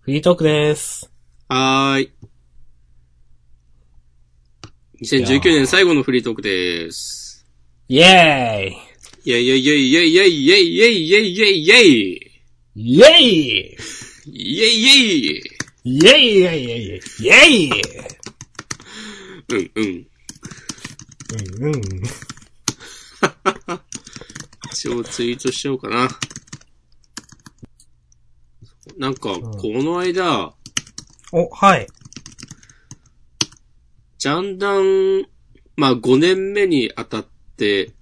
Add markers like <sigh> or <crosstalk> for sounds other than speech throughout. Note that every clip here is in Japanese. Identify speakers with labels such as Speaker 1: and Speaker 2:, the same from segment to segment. Speaker 1: フリートークです。
Speaker 2: はーい。2019年最後のフリートークでーす。
Speaker 1: イェーイ
Speaker 2: イェイイェイイェイイェイイェイイェイイェイイェイ
Speaker 1: イェイ
Speaker 2: イェイイェイイェイ
Speaker 1: イェイイェイイェイイェイ
Speaker 2: うんうん。
Speaker 1: うんうん。
Speaker 2: 一応ツイートしようかな。なんか、この間、
Speaker 1: お、はい。
Speaker 2: ジャンダン、まあ5年目にあたって、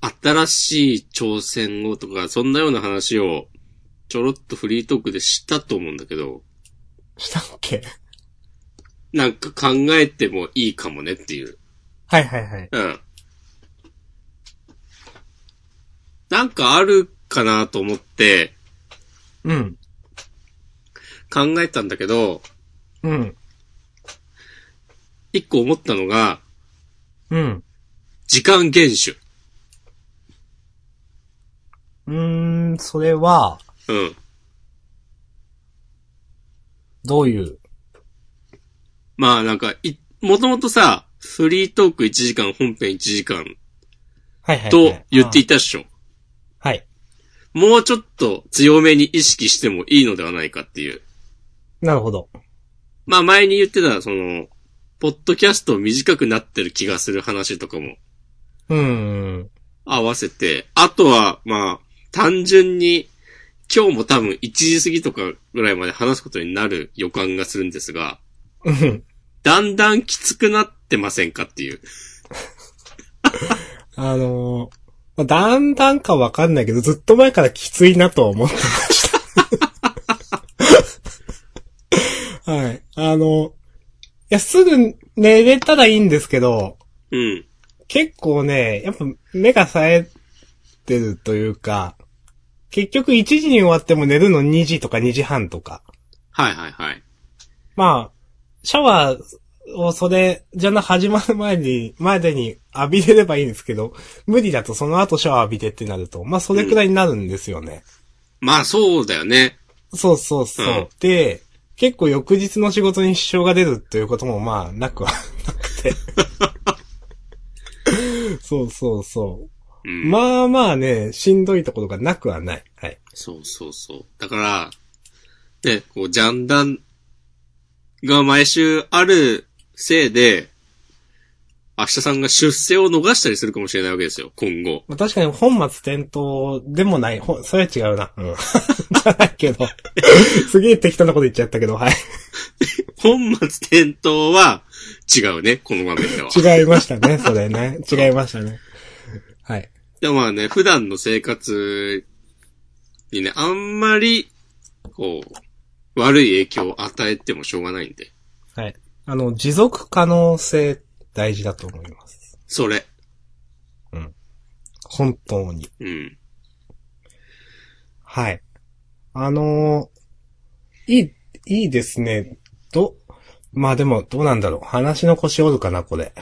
Speaker 2: 新しい挑戦をとか、そんなような話を、ちょろっとフリートークでしたと思うんだけど、
Speaker 1: したっけ
Speaker 2: なんか考えてもいいかもねっていう。
Speaker 1: はいはいはい。
Speaker 2: うん。なんかあるかなと思って
Speaker 1: うん。
Speaker 2: 考えたんだけど、
Speaker 1: うん。
Speaker 2: 一個思ったのが、
Speaker 1: うん。
Speaker 2: 時間厳守。
Speaker 1: うーん、それは、
Speaker 2: うん。
Speaker 1: どういう。
Speaker 2: まあなんか、い、もともとさ、フリートーク1時間、本編1時
Speaker 1: は
Speaker 2: 間
Speaker 1: いはい、はい。
Speaker 2: と言っていたっしょ。
Speaker 1: はい。
Speaker 2: もうちょっと強めに意識してもいいのではないかっていう。
Speaker 1: なるほど。
Speaker 2: まあ前に言ってた、その、ポッドキャスト短くなってる気がする話とかも
Speaker 1: うん。
Speaker 2: 合わせて、あとは、まあ、単純に、今日も多分1時過ぎとかぐらいまで話すことになる予感がするんですが、
Speaker 1: うん。
Speaker 2: だんだんきつくなってませんかっていう。
Speaker 1: あのーまあ、だんだんかわかんないけど、ずっと前からきついなとは思ってました。はい。あの、いや、すぐ寝れたらいいんですけど、
Speaker 2: うん。
Speaker 1: 結構ね、やっぱ目が冴えてるというか、結局1時に終わっても寝るの2時とか2時半とか。
Speaker 2: はいはいはい。
Speaker 1: まあ、シャワーをそれ、じゃな、始まる前に、までに浴びれればいいんですけど、無理だとその後シャワー浴びてってなると、まあそれくらいになるんですよね。
Speaker 2: まあそうだよね。
Speaker 1: そうそうそう。
Speaker 2: うん
Speaker 1: で、結構翌日の仕事に支障が出るということもまあなくは <laughs> なくて。そうそうそう。
Speaker 2: うん。
Speaker 1: まあまあね、しんどいところがなくはない。はい。
Speaker 2: そうそうそう。だから、ね、こう、ジャンダンが毎週あるせいで、明日さんが出世を逃したりするかもしれないわけですよ、今後。
Speaker 1: まあ、確かに本末転倒でもない。ほんそれは違うな。うん。 <laughs> じゃない <laughs> けど。すげえ適当なこと言っちゃったけど、はい。
Speaker 2: 本末転倒は違うね、この場面では。
Speaker 1: <laughs> 違いましたね、それね。違いましたね。はい。
Speaker 2: でもまあね、普段の生活にね、あんまり、こう、悪い影響を与えてもしょうがないんで。
Speaker 1: はい。あの、持続可能性大事だと思います。
Speaker 2: それ。
Speaker 1: 本当に。
Speaker 2: うん。
Speaker 1: はい。あのーいい、いいですね。ど、まあでも、どうなんだろう。話の腰折るかな、これ。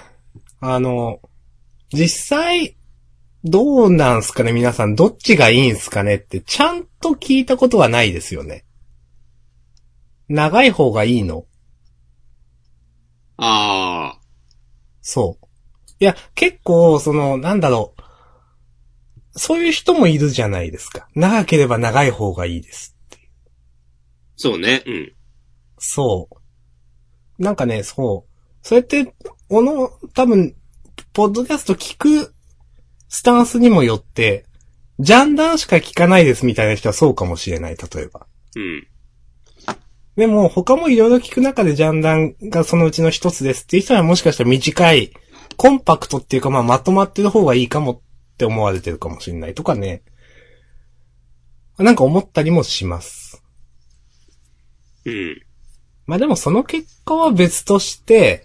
Speaker 1: あのー実際、どうなんすかね、皆さん。どっちがいいんすかねって、ちゃんと聞いたことはないですよね。長い方がいいの
Speaker 2: ああ、
Speaker 1: そう。いや、結構、その、なんだろう。そういう人もいるじゃないですか。長ければ長い方がいいです。
Speaker 2: そうね、うん。
Speaker 1: そう。なんかね、そう。それって、おの、多分、ポッドキャスト聞くスタンスにもよって、ジャンダンしか聞かないですみたいな人はそうかもしれない、例えば。
Speaker 2: うん。
Speaker 1: でも、他もいろいろ聞く中でジャンダンがそのうちの一つですっていう人はもしかしたら短い、コンパクトっていうか、まあ、まとまってる方がいいかもって思われてるかもしれないとかね。なんか思ったりもします。
Speaker 2: うん。
Speaker 1: まあでもその結果は別として、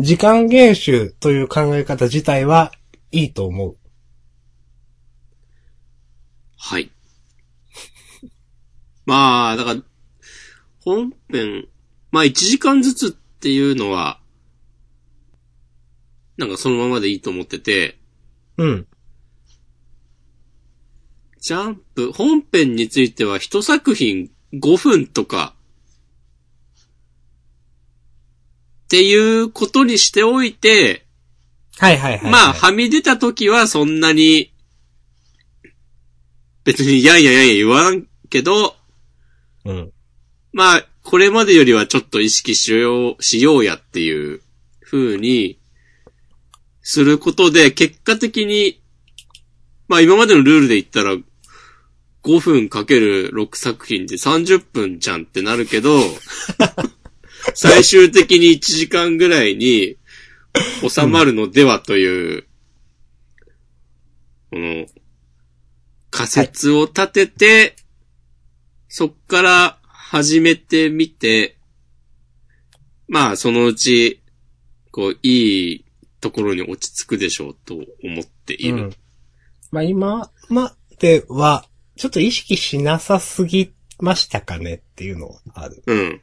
Speaker 1: 時間厳守という考え方自体はいいと思う。
Speaker 2: はい。 <laughs> まあ、だから、本編、まあ1時間ずつっていうのは、なんかそのままでいいと思ってて、
Speaker 1: うん。
Speaker 2: ジャンプ、本編については一作品5分とか、っていうことにしておいて、
Speaker 1: はいはいはい。
Speaker 2: まあ、はみ出た時はそんなに、別にやんややんや言わんけど、
Speaker 1: うん。
Speaker 2: まあ、これまでよりはちょっと意識しよう、しようやっていう風に、することで、結果的に、まあ今までのルールで言ったら、5分かける6作品で30分じゃんってなる <laughs> けど、最終的に1時間ぐらいに収まるのではという、この、仮説を立てて、そっから始めてみて、まあそのうち、こう、いいところに落ち着くでしょうと思っている。
Speaker 1: うんまあ今までは、ちょっと意識しなさすぎましたかねっていうのはある。
Speaker 2: うん。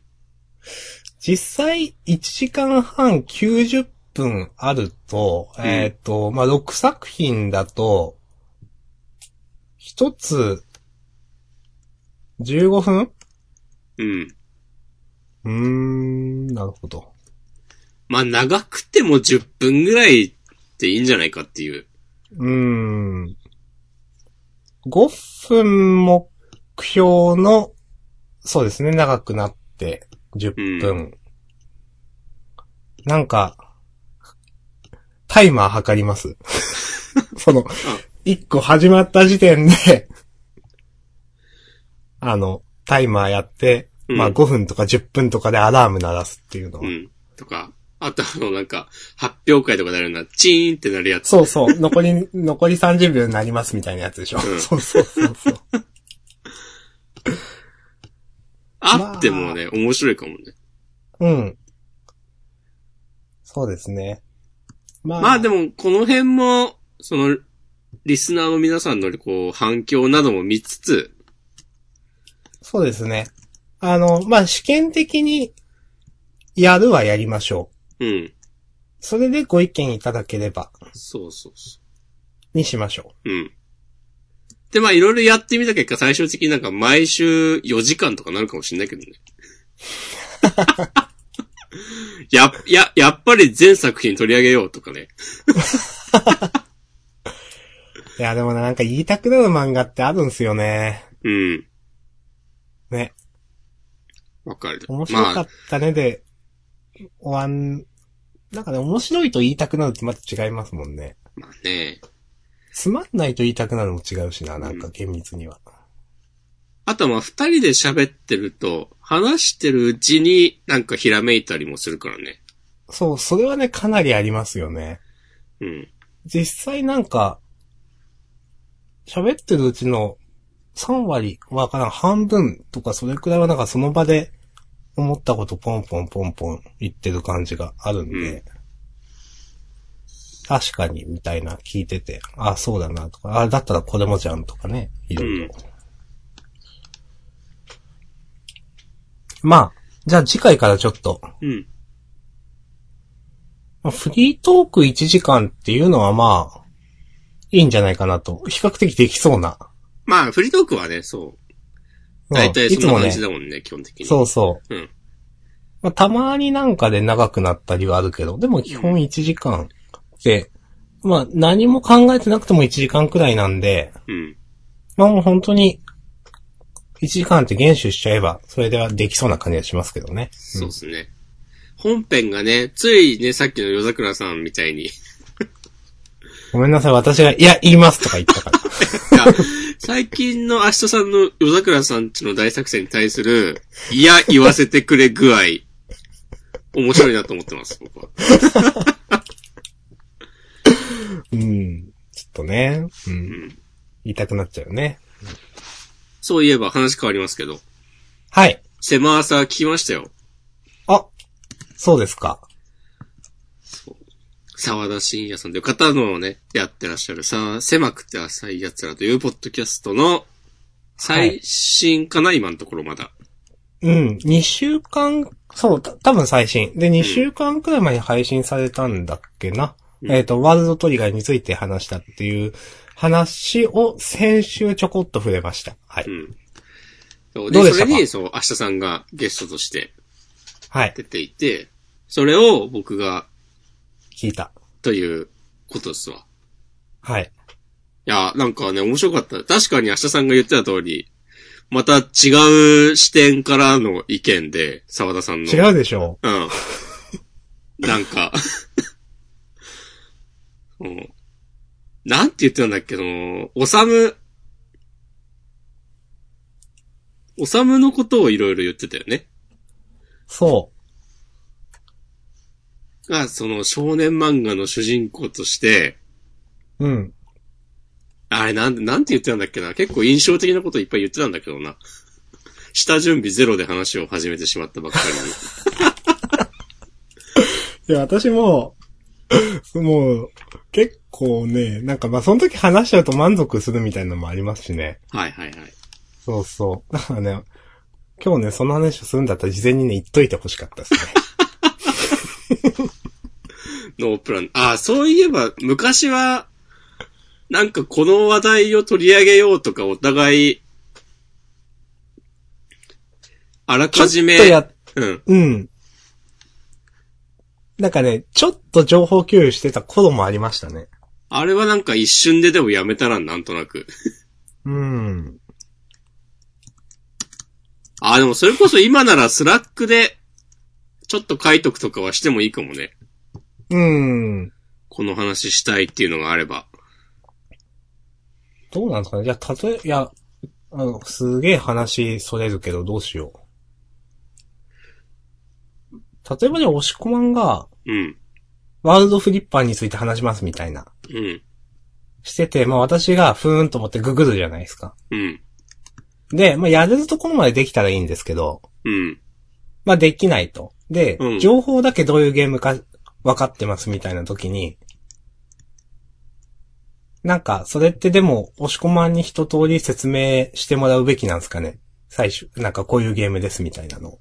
Speaker 1: 実際、1時間半90分あると、
Speaker 2: ん
Speaker 1: えっ、と、まあ、6作品だと、一つ、15分
Speaker 2: うん。
Speaker 1: うーん、なるほど。
Speaker 2: まあ長くても10分ぐらいでいいんじゃないかっていう。
Speaker 1: うーん。5分目標の、そうですね、長くなって10分。
Speaker 2: う
Speaker 1: なんか、タイマー測ります。 <laughs> その、1個始まった時点で、あの、タイマーやって、
Speaker 2: うん
Speaker 1: まあ5分とか10分とかでアラーム鳴らすっていうのは。
Speaker 2: うん。とか、あとあのなんか、発表会とかであるような、チーンってなるやつ。
Speaker 1: そうそう。残り、 <laughs> 残り30秒になりますみたいなやつでしょ。
Speaker 2: ん
Speaker 1: そうそうそうそう。
Speaker 2: あってもね、面白いかもね。
Speaker 1: うん。そうですね。まあ、
Speaker 2: まあで
Speaker 1: も、
Speaker 2: も、この辺も、その、リスナーの皆さんのこう、反響なども見つつ、
Speaker 1: そうですね。あの、まあ試験的にやるはやりましょう。
Speaker 2: うん。
Speaker 1: それでご意見いただければ
Speaker 2: そうそうそう。
Speaker 1: にしましょ
Speaker 2: うん。で、まあいろいろやってみた結果、最終的になんか毎週4時間とかなるかもしれないけどね。 <laughs> や、や、やっぱり全作品取り上げようとかね。
Speaker 1: う。いや、でもなんか言いたくなる漫画ってあるんすよね。
Speaker 2: うん。
Speaker 1: ね。
Speaker 2: わかる。
Speaker 1: 面白か
Speaker 2: まあ、
Speaker 1: ったねで、終わん、なんかね、面白いと言いたくなるってまた違いますもんね。
Speaker 2: まあね。
Speaker 1: つまんないと言いたくなるも違うしな、なんか厳密には。
Speaker 2: あとはまあ二人で喋ってると、話してるうちになんかひらめいたりもするからね。
Speaker 1: そう、それはね、かなりありますよね。
Speaker 2: うん。
Speaker 1: 実際なんか、喋ってるうちの3割はわからん、半分とかそれくらいはなんかその場で思ったことポンポンポンポン言ってる感じがあるんで、
Speaker 2: うん
Speaker 1: 確かにみたいな聞いてて、あ、そうだなとか、あ、だったらこれもじゃんとかね、いろいろ。
Speaker 2: うん
Speaker 1: まあ、じゃあ次回からちょっと、
Speaker 2: うん。
Speaker 1: まあフリートーク1時間っていうのはまあ、いいんじゃないかなと。比較的できそうな。
Speaker 2: まあ、フリートークはね、そう。
Speaker 1: うん
Speaker 2: 大体そんな感じ
Speaker 1: いつも
Speaker 2: だもんね、基本的
Speaker 1: ね。
Speaker 2: に。
Speaker 1: そうそう。
Speaker 2: うん
Speaker 1: まあ、たまになんかで長くなったりはあるけど、でも基本1時間で、まあ何も考えてなくても1時間くらいなんで、
Speaker 2: うん。
Speaker 1: まあもう本当に、1時間って厳守しちゃえば、それではできそうな感じがしますけどね。
Speaker 2: そうですね。本編がね、ついね、さっきの夜桜さんみたいに、
Speaker 1: ごめんなさい、私が、いや、言いますとか言ったから。 <laughs>
Speaker 2: なんか最近の明日さんの夜桜さんちの大作戦に対する、いや、言わせてくれ具合、面白いなと思ってます、僕は。
Speaker 1: うん。ちょっとね、う。
Speaker 2: うんん。
Speaker 1: 言いたくなっちゃうよね。
Speaker 2: そういえば話変わりますけど、
Speaker 1: はい。
Speaker 2: 狭さ聞きましたよ。
Speaker 1: あ、そうですか。
Speaker 2: 沢田信也さんという方のね、やってらっしゃるさ、狭くて浅い奴らというポッドキャストの最新かな、今のところまだ。
Speaker 1: うん、2週間、そう、た多分最新。で、2週間くらい前に配信されたんだっけな。
Speaker 2: うん。
Speaker 1: えっ、と、ワールドトリガーについて話したっていう話を先週ちょこっと触れました。はいう
Speaker 2: ん。そう
Speaker 1: どう
Speaker 2: で、
Speaker 1: で
Speaker 2: そ
Speaker 1: し
Speaker 2: れ
Speaker 1: たか
Speaker 2: に、そう、明日さんがゲストとして
Speaker 1: はい。
Speaker 2: 出ていて、それを僕が、
Speaker 1: 聞いた。
Speaker 2: ということですわ。
Speaker 1: はい。
Speaker 2: いや、なんかね、面白かった。確かに明日さんが言ってた通り、また違う視点からの意見で、沢田さんの。
Speaker 1: 違うでしょ
Speaker 2: うん。なんか、うん。なんて言ってたんだっけ、その、おさむ、おさむのことをいろいろ言ってたよね。
Speaker 1: そ
Speaker 2: が、その少年漫画の主人公として、
Speaker 1: う。うん。
Speaker 2: あれなん、なんて言ってたんだっけな。結構印象的なこといっぱい言ってたんだけどな。下準備ゼロで話を始めてしまったばっか
Speaker 1: <laughs>
Speaker 2: り
Speaker 1: い
Speaker 2: に。
Speaker 1: や、私も、 <laughs> もう、結構ね、なんかまあその時話しちゃうと満足するみたいなのもありますしね。
Speaker 2: はいはいはい。
Speaker 1: そうそう。だからね、今日ね、その話をするんだったら事前にね、言っといてほしかったですね。
Speaker 2: ノープラン。ああ、そういえば、昔は、なんかこの話題を取り上げようとか、お互い、あらかじめ
Speaker 1: ちょっと、やっ
Speaker 2: うん。
Speaker 1: うん。なんかね、ちょっと情報共有してた頃もありましたね。
Speaker 2: あれはなんか一瞬ででもやめたらなんとなく。
Speaker 1: うん。
Speaker 2: ああ、でもそれこそ今ならスラックで、ちょっと書いとくとかはしてもいいかもね。
Speaker 1: うん。
Speaker 2: この話したいっていうのがあれば。
Speaker 1: どうなんですかねじゃあ、例え、いや、あの、すげえ話それるけど、どうしよう。例えばじゃあ、押し込まんが、
Speaker 2: うん。
Speaker 1: ワールドフリッパーについて話しますみたいな。
Speaker 2: うん。
Speaker 1: してて、まあ私がふーんと思ってググるじゃないですか。
Speaker 2: うん。
Speaker 1: で、まあやれるところまでできたらいいんですけど、
Speaker 2: うん。
Speaker 1: まあできないと。で、
Speaker 2: うん
Speaker 1: 情報だけどういうゲームか分かってますみたいな時に、なんか、それってでも、押し込まんに一通り説明してもらうべきなんですかね。最初、なんかこういうゲームですみたいなの。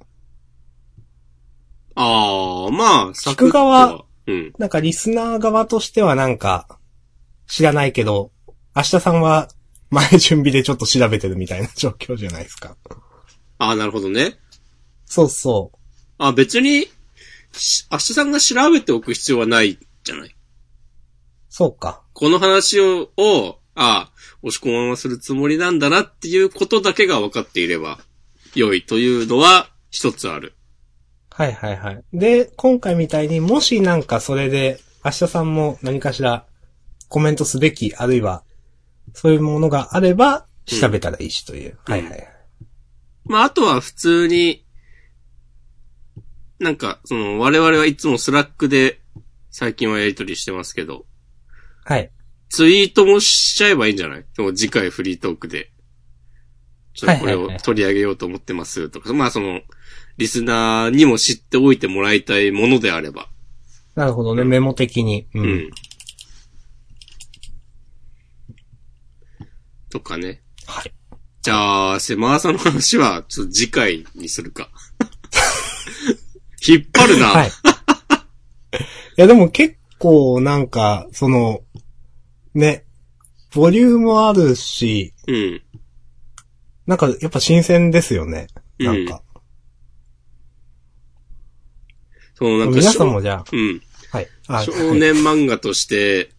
Speaker 2: ああ、まあ、
Speaker 1: 聞く側
Speaker 2: サクッとは、うん。
Speaker 1: なんかリスナー側としてはなんか、知らないけど、明日さんは前準備でちょっと調べてるみたいな状況じゃないですか。
Speaker 2: ああ、なるほどね。
Speaker 1: そうそう。
Speaker 2: あ、別に、し明日さんが調べておく必要はないじゃない。
Speaker 1: そうか。
Speaker 2: この話を、をあ押し込まんはするつもりなんだなっていうことだけが分かっていれば良いというのは一つある。
Speaker 1: はいはいはい。で、今回みたいにもしなんかそれで、明日さんも何かしらコメントすべき、あるいは、そういうものがあれば、
Speaker 2: うん
Speaker 1: 調べたらいいしという。はいはいはい。
Speaker 2: まあ、あとは普通に、なんか、その、我々はいつもスラックで最近はやりとりしてますけど、
Speaker 1: はい。
Speaker 2: ツイートもしちゃえばいいんじゃないでも次回フリートークで、ちょっとこれ
Speaker 1: はいはい
Speaker 2: を
Speaker 1: はい
Speaker 2: 取り上げようと思ってますとか、まあその、リスナーにも知っておいてもらいたいものであれば。
Speaker 1: なるほどね、メモ的に。う。
Speaker 2: うんん。とかね。
Speaker 1: はい。
Speaker 2: じゃあ、セマーさんの話は、ちょっと次回にする
Speaker 1: <laughs>
Speaker 2: か。引っ張るな。
Speaker 1: はい。いやでも結構なんか、その、ね、ボリュームあるし、
Speaker 2: うん。
Speaker 1: なんかやっぱ新鮮ですよね。なんか。
Speaker 2: そのなんか、
Speaker 1: 皆さんもじゃ
Speaker 2: うん。
Speaker 1: あ、はい。あ
Speaker 2: 少年漫画として、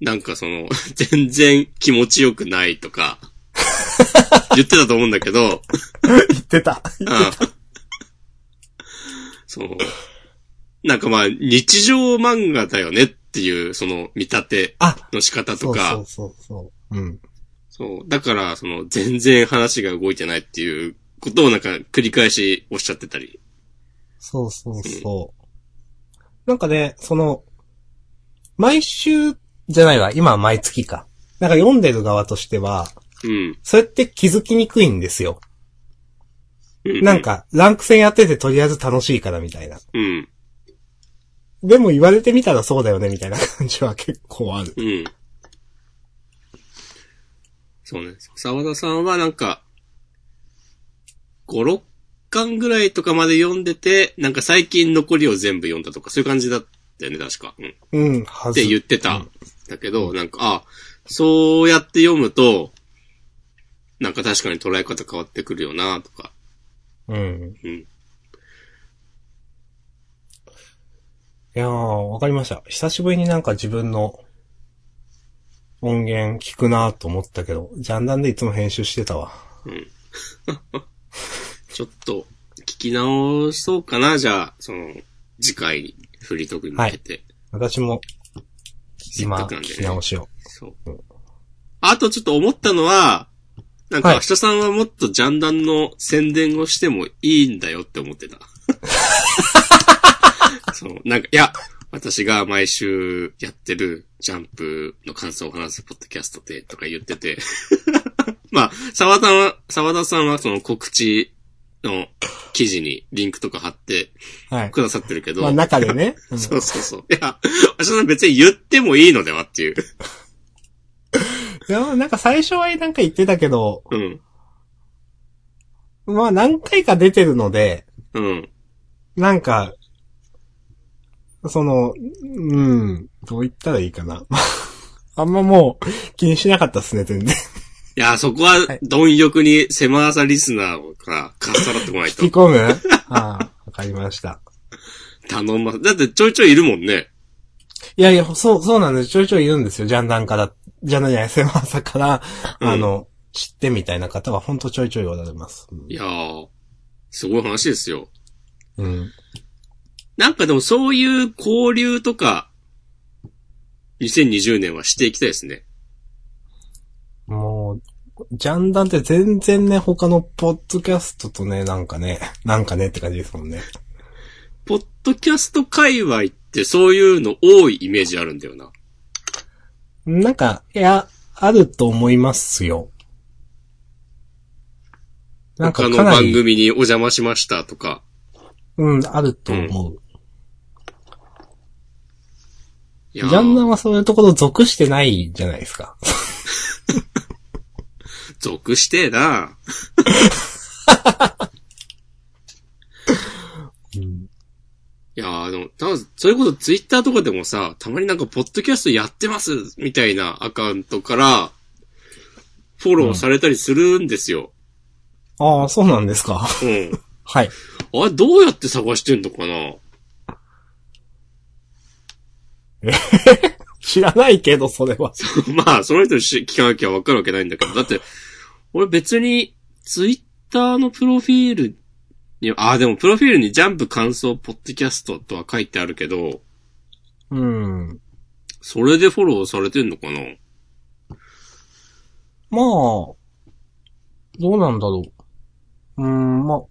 Speaker 2: なんかその、 <laughs> 全然気持ちよくない
Speaker 1: <laughs>
Speaker 2: とか、言ってたと思うんだけど、
Speaker 1: <laughs> 言ってた。
Speaker 2: うん。その、なんかまあ、日常漫画だよねっていう、その、見立て
Speaker 1: あ、
Speaker 2: の仕方
Speaker 1: そ
Speaker 2: と
Speaker 1: う
Speaker 2: か、
Speaker 1: そうそうそう。うん。
Speaker 2: そう。だから、その、全然話が動いてないっていうことをなんか繰り返しおっしゃってたり。
Speaker 1: そうそうそう。なんかね、その、毎週じゃないわ、今は毎月か。なんか読んでる側としては、
Speaker 2: うん。
Speaker 1: それって気づきにくいんですよ。
Speaker 2: う
Speaker 1: なん、か、ランク戦やっててとりあえず楽しいからみたいな。
Speaker 2: うん。
Speaker 1: でも言われてみたらそうだよねみたいな感じは結構ある。
Speaker 2: うん。そうね。沢田さんはなんか、5、6巻ぐらいとかまで読んでて、なんか最近残りを全部読んだとか、そういう感じだったよね、確か。うん。っ
Speaker 1: うん、はず。
Speaker 2: て言ってた。だけど、なんか、あ、そうやって読むと、なんか確かに捉え方変わってくるよな、とか。
Speaker 1: うん。
Speaker 2: うん
Speaker 1: いやー、わかりました。久しぶりになんか自分の音源聞くなーと思ったけど、ジャンダンでいつも編集してたわ。
Speaker 2: うん。ちょっと、聞き直そうかな、じゃあ、その、次回に、フリートークに向けて。
Speaker 1: 私も今
Speaker 2: せっかく
Speaker 1: 聞
Speaker 2: なんでね
Speaker 1: き直しよ
Speaker 2: そう。あとちょっと思ったのは、な
Speaker 1: は
Speaker 2: んか、
Speaker 1: い
Speaker 2: 明日さんはもっとジャンダンの宣伝をしてもいいんだよって思っ
Speaker 1: <laughs>
Speaker 2: てた。そう、なんか、いや、私が毎週やってるジャンプの感想を話すポッドキャストでとか言って <laughs> て。まあ、沢田は、沢田さんはその告知の記事にリンクとか貼って
Speaker 1: う。はい。
Speaker 2: くださってるけど。
Speaker 1: まあ中で
Speaker 2: <laughs>
Speaker 1: ね。うん
Speaker 2: そうそうそう。いや、私は別に言ってもいいのではっていう。
Speaker 1: いや、なんか最初はなんか言ってたけど、
Speaker 2: うん。
Speaker 1: まあ何回か出てるので、
Speaker 2: うん。
Speaker 1: なんか、その、うん、どう言ったらいいかな。 <laughs> あんまもう気にしなかったっすね、全然。
Speaker 2: いや、そこは
Speaker 1: はい、
Speaker 2: 貪欲に狭さリスナーがかっさらってこないと
Speaker 1: 引き。込むああ、わかりました。
Speaker 2: 頼んま、だってちょいちょいいるもんね。
Speaker 1: いやいや、そう、そうなんです。ちょいちょいいるんですよ。ジャンダンから、ジャンダンじゃない、 <laughs> 狭さから、
Speaker 2: うん
Speaker 1: あの、知ってみたいな方はほんとちょいちょいおられます。
Speaker 2: いやー、すごい話ですよ。
Speaker 1: うん。
Speaker 2: なんかでもそういう交流とか、2020年はしていきたいですね。
Speaker 1: もう、ジャンダンって全然ね、他のポッドキャストとね、なんかね、 <laughs> なんかねって感じですもんね。
Speaker 2: ポッドキャスト界隈ってそういうの多いイメージあるんだよな。
Speaker 1: なんか、いや、あると思いますよ。なん
Speaker 2: 他
Speaker 1: か
Speaker 2: の
Speaker 1: かな
Speaker 2: 番
Speaker 1: り、
Speaker 2: 組にお邪魔しましたとか。
Speaker 1: うん、あると思う。
Speaker 2: い
Speaker 1: ジ
Speaker 2: やー
Speaker 1: ャンダンはそういうところ属してないじゃないですか。
Speaker 2: 属してえな。
Speaker 1: うん
Speaker 2: いやー、でも、ただ、それこそツイッターとかでもさ、たまになんか、ポッドキャストやってますみたいなアカウントから、フォローされたりするんですよ。
Speaker 1: ああ、そうなんですか。 <laughs>
Speaker 2: うん。
Speaker 1: はい。
Speaker 2: あれ、どうやって探してんのかな <laughs>
Speaker 1: 知らないけど、それは。
Speaker 2: まあ、その人にし聞かなきゃわかるわけないんだけど、だって、俺別に、ツイッターのプロフィールに、ああ、でもプロフィールにジャンプ感想、ポッドキャストとは書いてあるけど、
Speaker 1: うん。
Speaker 2: それでフォローされてんのかな
Speaker 1: まあ、どうなんだろう。うん、まあ、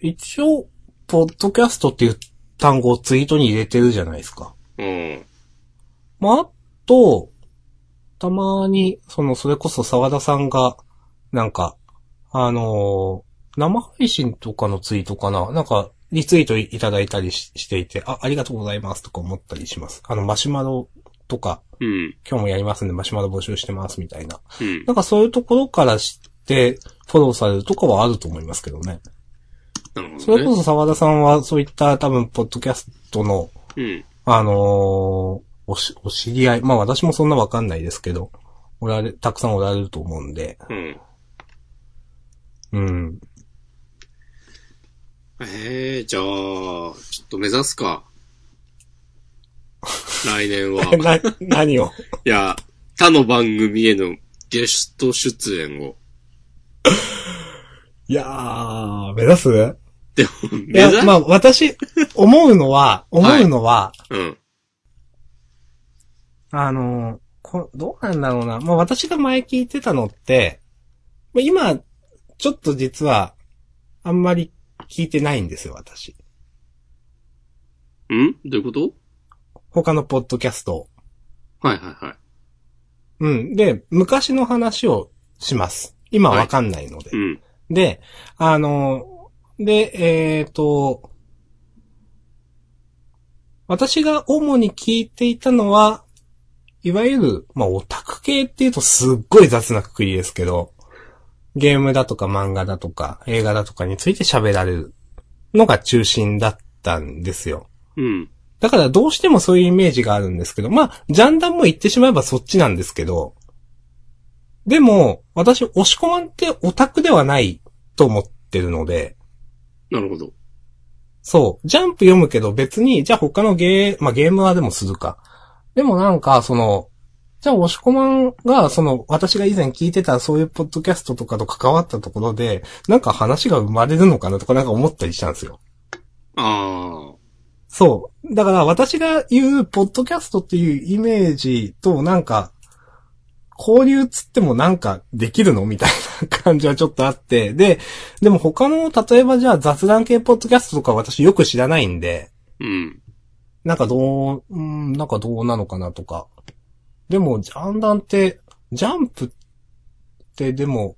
Speaker 1: 一応、ポッドキャストっていう単語をツイートに入れてるじゃないですか。
Speaker 2: うん。
Speaker 1: まあ、あと、たまに、その、それこそ沢田さんが、なんか、あのー生配信とかのツイートかななんか、リツイートいただいたりししていて、あ、ありがとうございますとか思ったりします。あの、マシュマロとか、
Speaker 2: うん。
Speaker 1: 今日もやりますんでマシュマロ募集してますみたいな。
Speaker 2: うん。
Speaker 1: なんかそういうところから知って、フォローされるとかはあると思いますけどね。
Speaker 2: なるほどね。
Speaker 1: それこそ沢田さんはそういった多分、ポッドキャストの、
Speaker 2: うん。
Speaker 1: あのーおし、お知り合い、まあ私もそんなわかんないですけど、おられ、たくさんおられると思うんで、
Speaker 2: うん。
Speaker 1: うん。 <laughs>
Speaker 2: ええじゃあ、ちょっと目指
Speaker 1: <laughs>
Speaker 2: すか。来年は。
Speaker 1: な、何を
Speaker 2: いや、他の番組へのゲスト出演を。
Speaker 1: いやー、目指すい
Speaker 2: でも、目指
Speaker 1: や、
Speaker 2: す、
Speaker 1: まあ私、思うのは、思うのは、
Speaker 2: うん。
Speaker 1: あのーこ、どうなんだろうな。まあ私が前聞いてたのって、まあ、今、ちょっと実は、あんまり聞いてないんですよ、私。
Speaker 2: んどういうこと
Speaker 1: 他のポッドキャストを。
Speaker 2: はいはいはい。
Speaker 1: うん。で、昔の話をします。今わかんないので。
Speaker 2: うん。
Speaker 1: で、あの、で、えっ、と、私が主に聞いていたのは、いわゆる、まあ、オタク系っていうとすっごい雑なくくりですけど、ゲームだとか漫画だとか映画だとかについて喋られるのが中心だったんですよ。
Speaker 2: うん。
Speaker 1: だからどうしてもそういうイメージがあるんですけど、まあ、ジャンダンも言ってしまえばそっちなんですけど、でも、私、押し込まんってオタクではないと思ってるので、
Speaker 2: なるほど。
Speaker 1: そう、ジャンプ読むけど別に、じゃあ他のゲー、まあゲームはでもするか。でもなんか、その、じゃあ押し込まんが、その、私が以前聞いてたそういうポッドキャストとかと関わったところで、なんか話が生まれるのかなとかなんか思ったりしたんですよ。
Speaker 2: ああ。
Speaker 1: そう。だから私が言う、ポッドキャストっていうイメージと、なんか、交流つってもなんかできるのみたいな感じはちょっとあって。で、でも他の、例えばじゃあ雑談系ポッドキャストとか私よく知らないんで、
Speaker 2: うん。
Speaker 1: なんかどう、うん、なんかどうなのかなとか。でも、ジャンダンって、ジャンプってでも、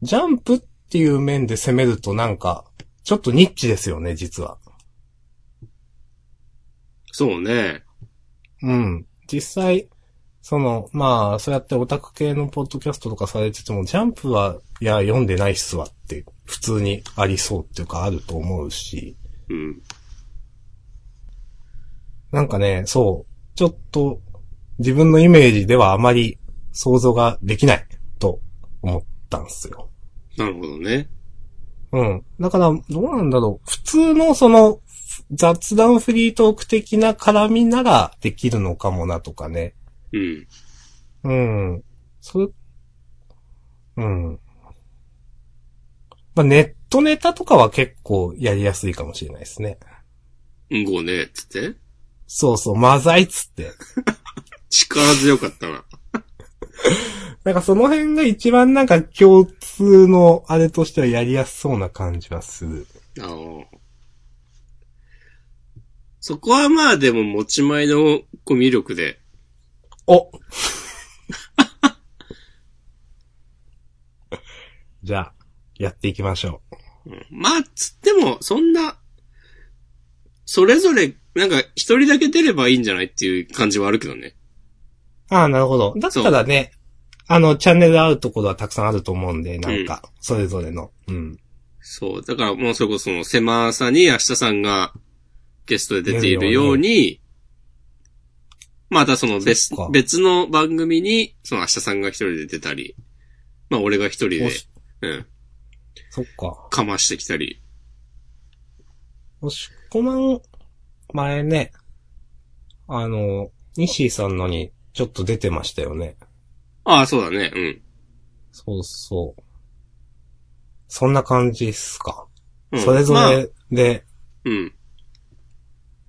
Speaker 1: ジャンプっていう面で攻めるとなんか、ちょっとニッチですよね、実は。
Speaker 2: そうね。
Speaker 1: うん。実際、その、まあ、そうやってオタク系のポッドキャストとかされてても、ジャンプは、いや、読んでないっすわって、普通にありそうっていうか、あると思うし、
Speaker 2: うん。
Speaker 1: なんかね、そう、ちょっと、自分のイメージではあまり想像ができない、と思ったんすよ。
Speaker 2: なるほどね。
Speaker 1: うん。だから、どうなんだろう。普通のその、雑談フリートーク的な絡みならできるのかもなとかね。
Speaker 2: うん。
Speaker 1: うん。それ、うん。まあ、ネットネタとかは結構やりやすいかもしれないですね。
Speaker 2: うんごね、つって。
Speaker 1: そうそう、マザイっつって。 <laughs>
Speaker 2: 力強かったな。
Speaker 1: なんかその辺が一番なんか共通のあれとしてはやりやすそうな感じはする。
Speaker 2: あの、そこはまあでも持ち前のコミュ力で、
Speaker 1: お <laughs> じゃあ、やっていきましょう。
Speaker 2: うんまあ、つっても、そんな、それぞれ、なんか一人だけ出ればいいんじゃないっていう感じはあるけどね。
Speaker 1: ああ、なるほど。だったらね、あの、チャンネル合うところはたくさんあると思うんで、なんか、それぞれの。うん。
Speaker 2: そう。だからもうそれこそその狭さに明日さんがゲストで出ているように、またその別
Speaker 1: そっか
Speaker 2: 別の番組に、その明日さんが一人で出たり、まあ俺が一人で
Speaker 1: お、し
Speaker 2: うん、
Speaker 1: そっか。
Speaker 2: かましてきたり。
Speaker 1: おしこまん、前ね、あの、西井さんのにちょっと出てましたよね。
Speaker 2: ああ、そうだね。うん。
Speaker 1: そうそう。そんな感じっすか。
Speaker 2: うん
Speaker 1: それぞ
Speaker 2: まあ
Speaker 1: れで、
Speaker 2: うん。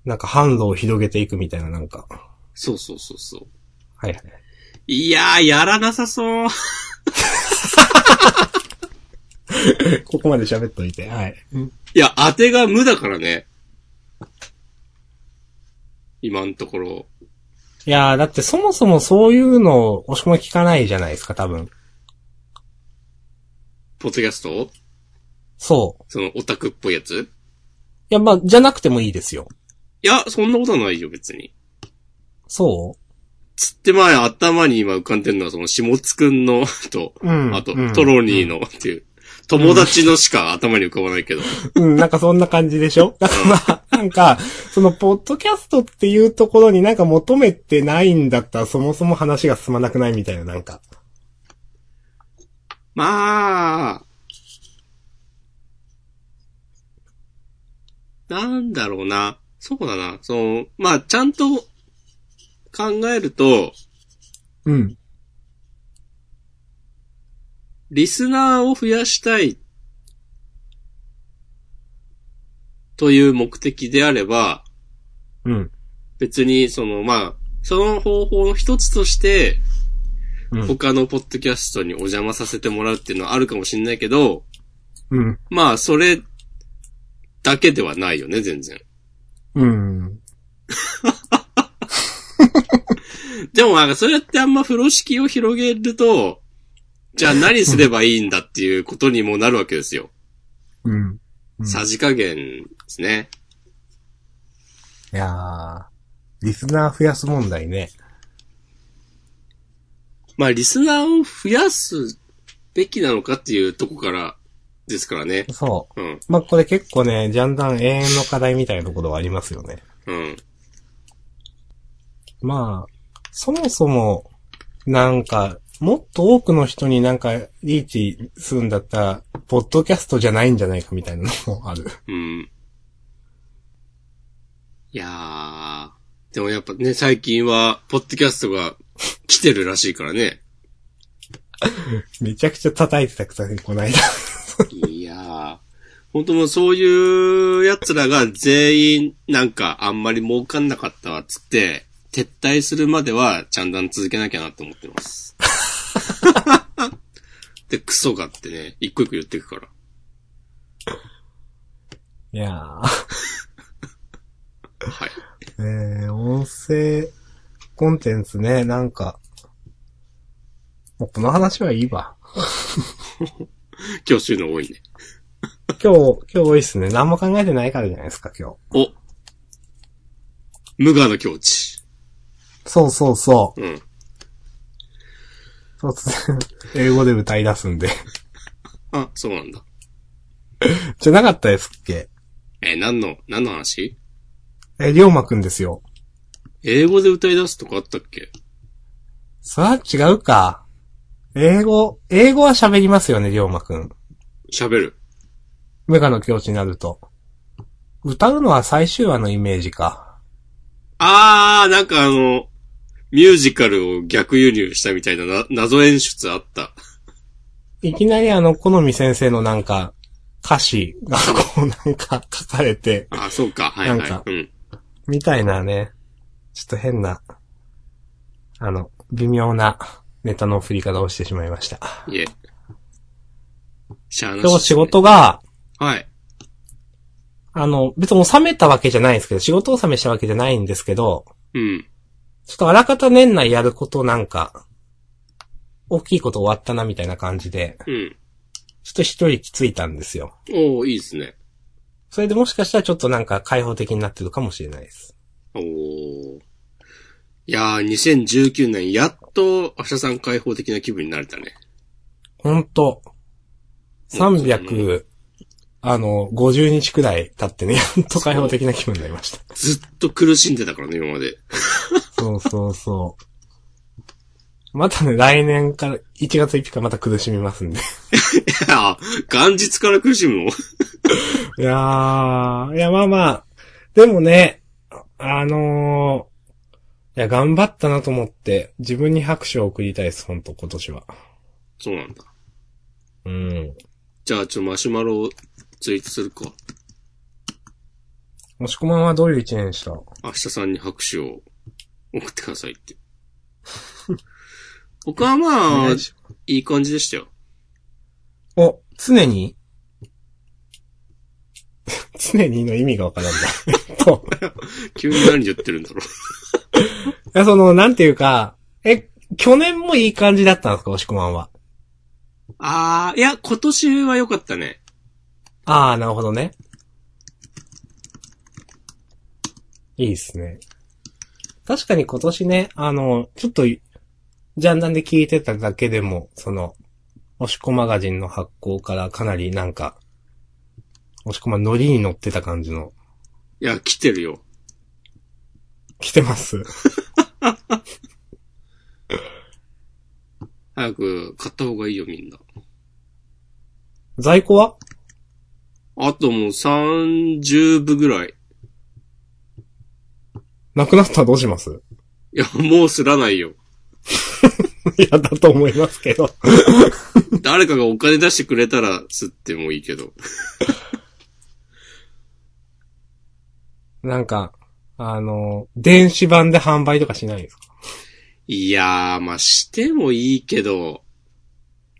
Speaker 1: なんか販路を広げていくみたいな、なんか。
Speaker 2: そうそうそうそう。
Speaker 1: はいはい。
Speaker 2: いやー、やらなさそう。
Speaker 1: <laughs> ここまで喋っといて。はい。
Speaker 2: いや、当てが無だからね。今のところ。
Speaker 1: いやー、だってそもそもそういうのを押し込まん聞かないじゃないですか、多分。
Speaker 2: ポッドキャスト
Speaker 1: そう。
Speaker 2: そのオタクっぽいやつ
Speaker 1: いや、まあ、じゃなくてもいいですよ。
Speaker 2: いや、そんなことはないよ、別に。
Speaker 1: そ
Speaker 2: つってまあ、頭に今浮かんでるのは、その、下津くんの、と、
Speaker 1: ううん。
Speaker 2: あと、
Speaker 1: うん
Speaker 2: トロニーの、っていう、友達のしか頭に浮かばないけど。
Speaker 1: うん、なんかそんな感じでしょ <laughs> だからまあ、なんか、その、ポッドキャストっていうところになんか求めてないんだったら、そもそも話が進まなくないみたいな、なんか。
Speaker 2: まあ、なんだろうな。そうだな。その、まあ、ちゃんと考えると、
Speaker 1: うん。
Speaker 2: リスナーを増やしたいという目的であれば、
Speaker 1: うん。
Speaker 2: 別にその、まあ、その方法の一つとして、
Speaker 1: うん。
Speaker 2: 他のポッドキャストにお邪魔させてもらうっていうのはあるかもしれないけど、
Speaker 1: うん。
Speaker 2: まあ、それだけではないよね、全然。
Speaker 1: うん。
Speaker 2: でもなんか、そうやってあんま風呂敷を広げると、じゃあ何すればいいんだっていうことにもなるわけですよ。
Speaker 1: うん。うん
Speaker 2: さじ加減ですね。
Speaker 1: いやー、リスナー増やす問題ね。
Speaker 2: まあ、リスナーを増やすべきなのかっていうとこからですからね。
Speaker 1: そ
Speaker 2: うん、
Speaker 1: う。まあ、これ結構ね、ジャンダン永遠の課題みたいなところはありますよね。
Speaker 2: うん、
Speaker 1: まあ、そもそも、なんか、もっと多くの人になんかリーチするんだったら、ポッドキャストじゃないんじゃないかみたいなのもある。
Speaker 2: うん。いやー。でもやっぱね、最近は、ポッドキャストが来てるらしいからね。
Speaker 1: めちゃくちゃ叩いてたくさん、こないだ。
Speaker 2: いやー。本当もうそういう奴らが全員なんかあんまり儲かんなかったわっつって、撤退するまではちゃんだん続けなきゃなって思ってます。で、クソがってね、一個一個言っていくから。
Speaker 1: いやー。
Speaker 2: はい。
Speaker 1: えー、音声コンテンツね、なんか、もうこの話はいいわ。
Speaker 2: 今日そういうの多いね。
Speaker 1: 今日、今日多いっすね。何も考えてないからじゃないですか、今日。
Speaker 2: お。無我の境地。
Speaker 1: そうそうそ
Speaker 2: うん。
Speaker 1: う。突然、英語で歌い出すんで。
Speaker 2: あ、そうなんだ。
Speaker 1: じゃなかったですっけ
Speaker 2: えー何の、何の話
Speaker 1: え、りょうまくんですよ。
Speaker 2: 英語で歌い出すとかあったっけ
Speaker 1: さあ、違うか。英語、英語は喋りますよね、りょうまくん。
Speaker 2: 喋る。
Speaker 1: 無我の境地になると。歌うのは最終話のイメージか。
Speaker 2: あー、なんかあの、ミュージカルを逆輸入したみたいなな謎演出あった。
Speaker 1: いきなりあの、好み先生のなんか、歌詞がこうなんか書かれて、
Speaker 2: あ、そうか。はいは
Speaker 1: なんか
Speaker 2: い。うん。
Speaker 1: みたいなね、ちょっと変な、あの、微妙なネタの振り方をしてしまいました。
Speaker 2: いえ。しゃあなし。
Speaker 1: 今日仕。事が、
Speaker 2: はい。
Speaker 1: あの、別に収めたわけじゃないんですけど、仕事収めしたわけじゃないんですけど、
Speaker 2: うん。
Speaker 1: ちょっとあらかた年内やることなんか、大きいこと終わったなみたいな感じで、
Speaker 2: うん。
Speaker 1: ちょっと一息ついたんですよ。
Speaker 2: おー、いいですね。
Speaker 1: それでもしかしたらちょっとなんか開放的になってるかもしれないです。
Speaker 2: おー。いやー、2019年、やっと、明日さん開放的な気分になれたね。
Speaker 1: ほんと、300、あの、50日くらい経って <laughs> ね、やっと開放的な気分になりました。
Speaker 2: ずっと苦しんでたからね、今まで。 <laughs>
Speaker 1: そうそうそう。またね、来年から、1月1日からまた苦しみますんで。
Speaker 2: いやー、元日から苦しむの
Speaker 1: いやー、いやまあまあ、でもね、あのー、いや、頑張ったなと思って、自分に拍手を送りたいです、ほんと、今年は。
Speaker 2: そうなんだ。
Speaker 1: うん。
Speaker 2: じゃあ、ちょ、マシュマロをツイートするか。
Speaker 1: もしこまんはどういう一年でした
Speaker 2: 明日さんに拍手を送ってくださいって。 <laughs> 僕はまあ、いい感じでしたよ。
Speaker 1: お、常に <laughs> 常にの意味がわから <laughs> んだ。えっと、
Speaker 2: 急に何言ってるんだろ
Speaker 1: いや、その、なんていうか、え、去年もいい感じだったんですか、おしこまんは。
Speaker 2: う。 <laughs> あー、いや、今年は良かったね。
Speaker 1: あー、なるほどね。いいですね。確かに今年ね、あの、ちょっと、ジャンダンで聞いてただけでも、その、おしこマガジンの発行からかなりなんか、おしこまん乗りに乗ってた感じの、
Speaker 2: いや、来てるよ。
Speaker 1: 来てます。
Speaker 2: 早く買った方がいいよ、みんな。
Speaker 1: 在庫は
Speaker 2: あともう30部ぐらい。
Speaker 1: なくなったらどうします
Speaker 2: いや、もうすらないよ。
Speaker 1: <laughs> いや、だと思いますけど。
Speaker 2: 誰かがお金出してくれたら吸ってもいいけど。
Speaker 1: なんか、あの、電子版で販売とかしないんですか
Speaker 2: いやー、まあ、してもいいけど、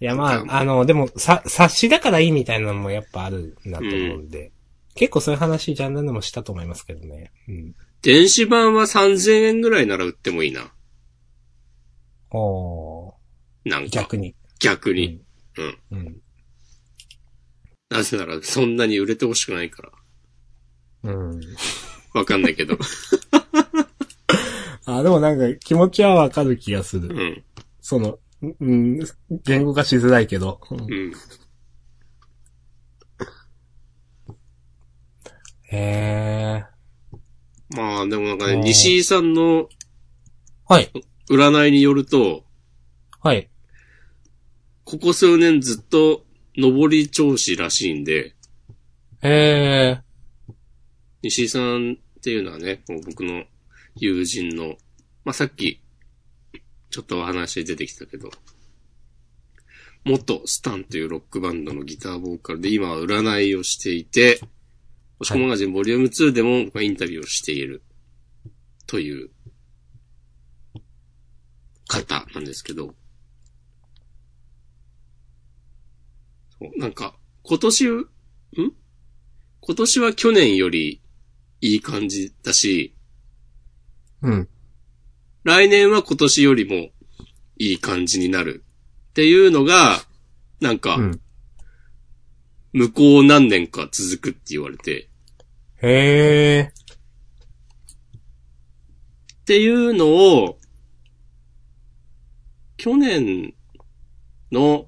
Speaker 1: いや、ま
Speaker 2: なん
Speaker 1: あ、
Speaker 2: か
Speaker 1: あの、でも、さ、冊子だからいいみたいなのもやっぱあるなと思うんで。結構そういう話、ジャンルでもしたと思いますけどね。うん。
Speaker 2: 電子版は3000円ぐらいなら売ってもいいな。
Speaker 1: お
Speaker 2: なん
Speaker 1: ー、
Speaker 2: か、
Speaker 1: 逆に。
Speaker 2: 逆に。うん。
Speaker 1: うん。
Speaker 2: なぜなら、そんなに売れてほしくないから。
Speaker 1: うん。
Speaker 2: わかんないけ
Speaker 1: <laughs>
Speaker 2: ど。
Speaker 1: あ、でもなんか気持ちはわかる気がす
Speaker 2: う
Speaker 1: る。
Speaker 2: ん。
Speaker 1: その、うん、言語化しづらいけど。うん
Speaker 2: うん。
Speaker 1: へ
Speaker 2: まあ、でもなんか
Speaker 1: あ
Speaker 2: ね、
Speaker 1: ー
Speaker 2: 西井さんの
Speaker 1: ー。はい。
Speaker 2: 占いによると、
Speaker 1: はい。
Speaker 2: ここ数年ずっと上り調子らしいんで、
Speaker 1: ええ
Speaker 2: 西井さんっていうのはね、こう僕の友人の、まあ、さっき、ちょっとお話出てきたけど、元スタンというロックバンドのギターボーカルで今は占いをしていて、おしこマガジンボリューム2でもまあインタビューをしているという方なんですけど、そうなんか今年、ん今年は去年よりいい感じだし、
Speaker 1: うん。
Speaker 2: 来年は今年よりもいい感じになるっていうのが、なんか
Speaker 1: う、ん。
Speaker 2: 向こう何年か続くって言われて、
Speaker 1: へえ。
Speaker 2: っていうのを、去年の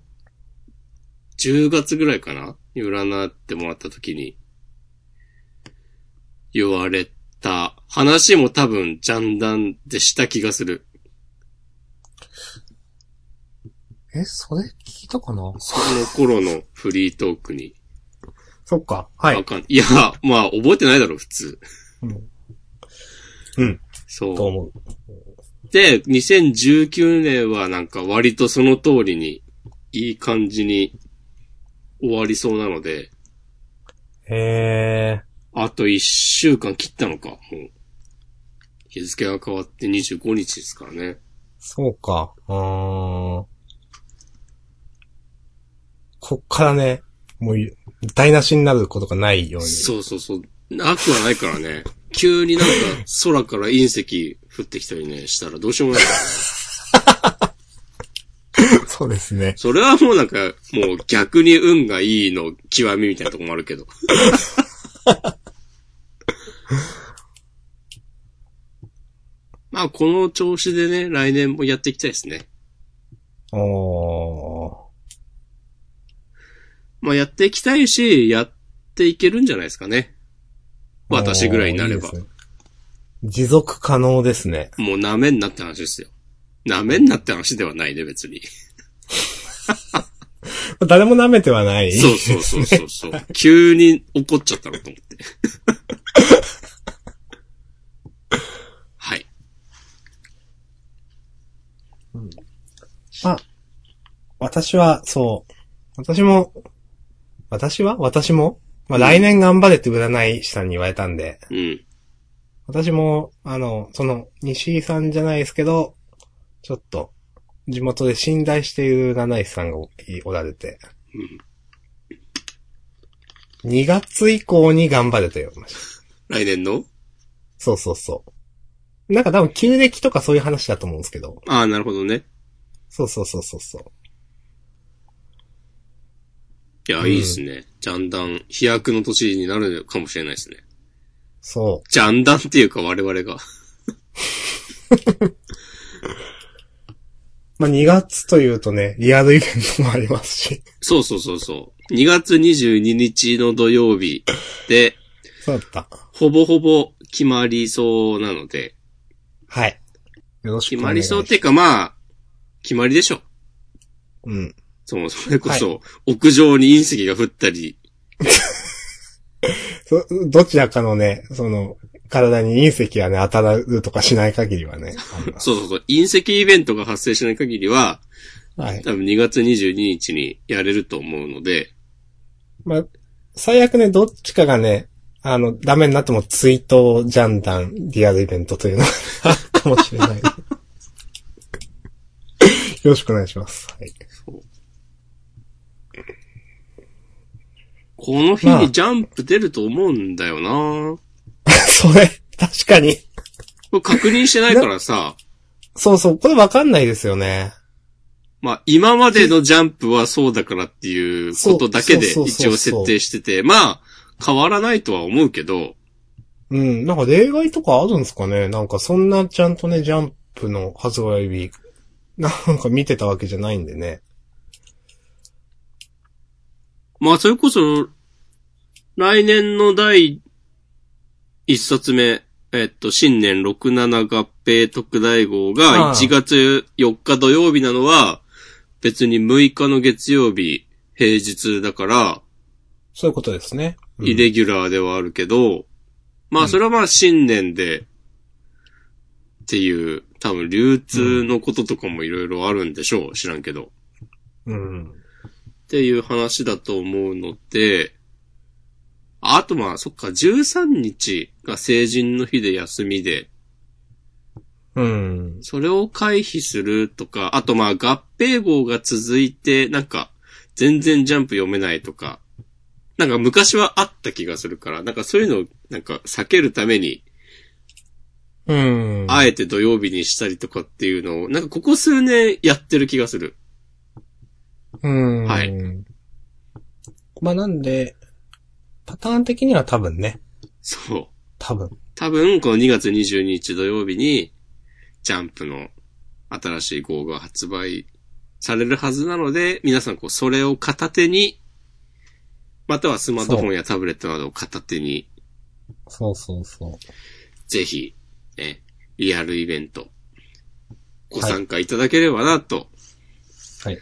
Speaker 2: 10月ぐらいかなに占ってもらった時に、言われた話も多分ジャンダンでした気がする。
Speaker 1: え、それ聞いたかな
Speaker 2: その頃のフリートークに。
Speaker 1: そっか。は
Speaker 2: わ
Speaker 1: い。
Speaker 2: かんいや、まあ覚えてないだろ、普通。
Speaker 1: うん。うん、
Speaker 2: そう。
Speaker 1: と思う。
Speaker 2: で、2019年はなんか割とその通りに、いい感じに終わりそうなので、
Speaker 1: へえ。
Speaker 2: あと1週間切ったのか、もう。日付が変わって25日ですからね。
Speaker 1: そうか。うーん。こっからね、もうい、台無しになることがないように。
Speaker 2: そうそうそう。なくはないからね。急になんか空から隕石降ってきたりね、したらどうしようもない。
Speaker 1: そうですね。
Speaker 2: それはもうなんか、もう逆に運がいいの極みみたいなとこもある
Speaker 1: <laughs>
Speaker 2: けど。まあ、この調子でね、来年もやっていきたいですね。
Speaker 1: おー。
Speaker 2: まあ、やっていきたいし、やっていけるんじゃないですかね。私ぐらいになれ
Speaker 1: おー
Speaker 2: ば。
Speaker 1: いいですね持続可能ですね。
Speaker 2: もう舐めんなって話ですよ。舐めんなって話ではないね、別に。
Speaker 1: 誰も舐めてはない。
Speaker 2: そうそうそうそうそう。急に怒っちゃったなと思
Speaker 1: <laughs>
Speaker 2: って。はい。
Speaker 1: あ、私は、そう。私も、私は私もまあ、来年頑張れって占い師さんに言われたんで、
Speaker 2: うん。
Speaker 1: 私も、あの、その、西井さんじゃないですけど、ちょっと、地元で信頼している占い師さんがおおられて、
Speaker 2: うん
Speaker 1: 2月以降に頑張れと言われました。
Speaker 2: 来年の
Speaker 1: そうそうそう。なんか多分、旧暦とかそういう話だと思うんですけど、
Speaker 2: ああ、なるほどね。
Speaker 1: そうそうそうそうそう。
Speaker 2: いや、
Speaker 1: うん
Speaker 2: いいですね。ジャンダン、飛躍の年になるかもしれないですね。
Speaker 1: そう。
Speaker 2: ジャンダンっていうか我々が。
Speaker 1: まあ、2月というとね、リアルイベントもありますし。
Speaker 2: そうそうそうそう。2月22日の土曜日で、
Speaker 1: そうだった。
Speaker 2: ほぼほぼ決まりそうなので、
Speaker 1: はい。よろしく
Speaker 2: 決
Speaker 1: お
Speaker 2: ま
Speaker 1: 願い
Speaker 2: り
Speaker 1: し
Speaker 2: そう
Speaker 1: ま
Speaker 2: っ
Speaker 1: す。
Speaker 2: ていうかまあ、決まりでしょ。
Speaker 1: うん。
Speaker 2: そもそれこそ、屋上に隕石が降ったり、
Speaker 1: そどちらかのね、その、体に隕石がね、当たるとかしない限りはね。
Speaker 2: そうそうそう、隕石イベントが発生しない限りは、
Speaker 1: はい。
Speaker 2: 多分2月22日にやれると思うので、
Speaker 1: まあ、最悪ね、どっちかがね、あの、ダメになっても追悼ジャンダンリアルイベントというのがあるかもしれ <laughs> ない。よろしくお願いします。はい。
Speaker 2: この日
Speaker 1: まあ
Speaker 2: にジャンプ出ると思うんだよな、
Speaker 1: それ、確かに。
Speaker 2: これ確認してないからさ、
Speaker 1: そうそう、これわかんないですよね。
Speaker 2: まあ今までのジャンプはそうだからっていうことだけで
Speaker 1: そう
Speaker 2: 一応設定してて、まあ変わらないとは思うけど、
Speaker 1: うん、なんか例外とかあるんですかねなんかそんなちゃんとね、ジャンプの発売日、なんか見てたわけじゃないんでね。
Speaker 2: まあそれこそ、来年の第一冊目、えっと、新年67合併特大号が
Speaker 1: ああ
Speaker 2: 1月4日土曜日なのは、別に6日の月曜日、平日だから、
Speaker 1: そういうことですね。うん
Speaker 2: イレギュラーではあるけど、まあそれはまあ新年で、っていう、多分流通のこととかもいろいろあるんでしょう、知らんけど。
Speaker 1: うん。
Speaker 2: っていう話だと思うので、ああとまあ、そっか、13日が成人の日で休みで、
Speaker 1: うん。
Speaker 2: それを回避するとか、あとまあ合併号が続いて、なんか、全然ジャンプ読めないとか、なんか昔はあった気がするから、なんかそういうのを、なんか避けるために、
Speaker 1: うん。
Speaker 2: あえて土曜日にしたりとかっていうのを、なんかここ数年やってる気がする。
Speaker 1: うん。
Speaker 2: はい。
Speaker 1: まあなんで、パターン的には多分ね、
Speaker 2: そう。
Speaker 1: 多分。
Speaker 2: 多分、この2月22日土曜日に、ジャンプの新しい号が発売されるはずなので、皆さん、こう、それを片手に、またはスマートフォンやタブレットなどを片手に、
Speaker 1: そうそうそう。
Speaker 2: ぜひ、ね、リアルイベント、ご参加いただければな、と
Speaker 1: はい。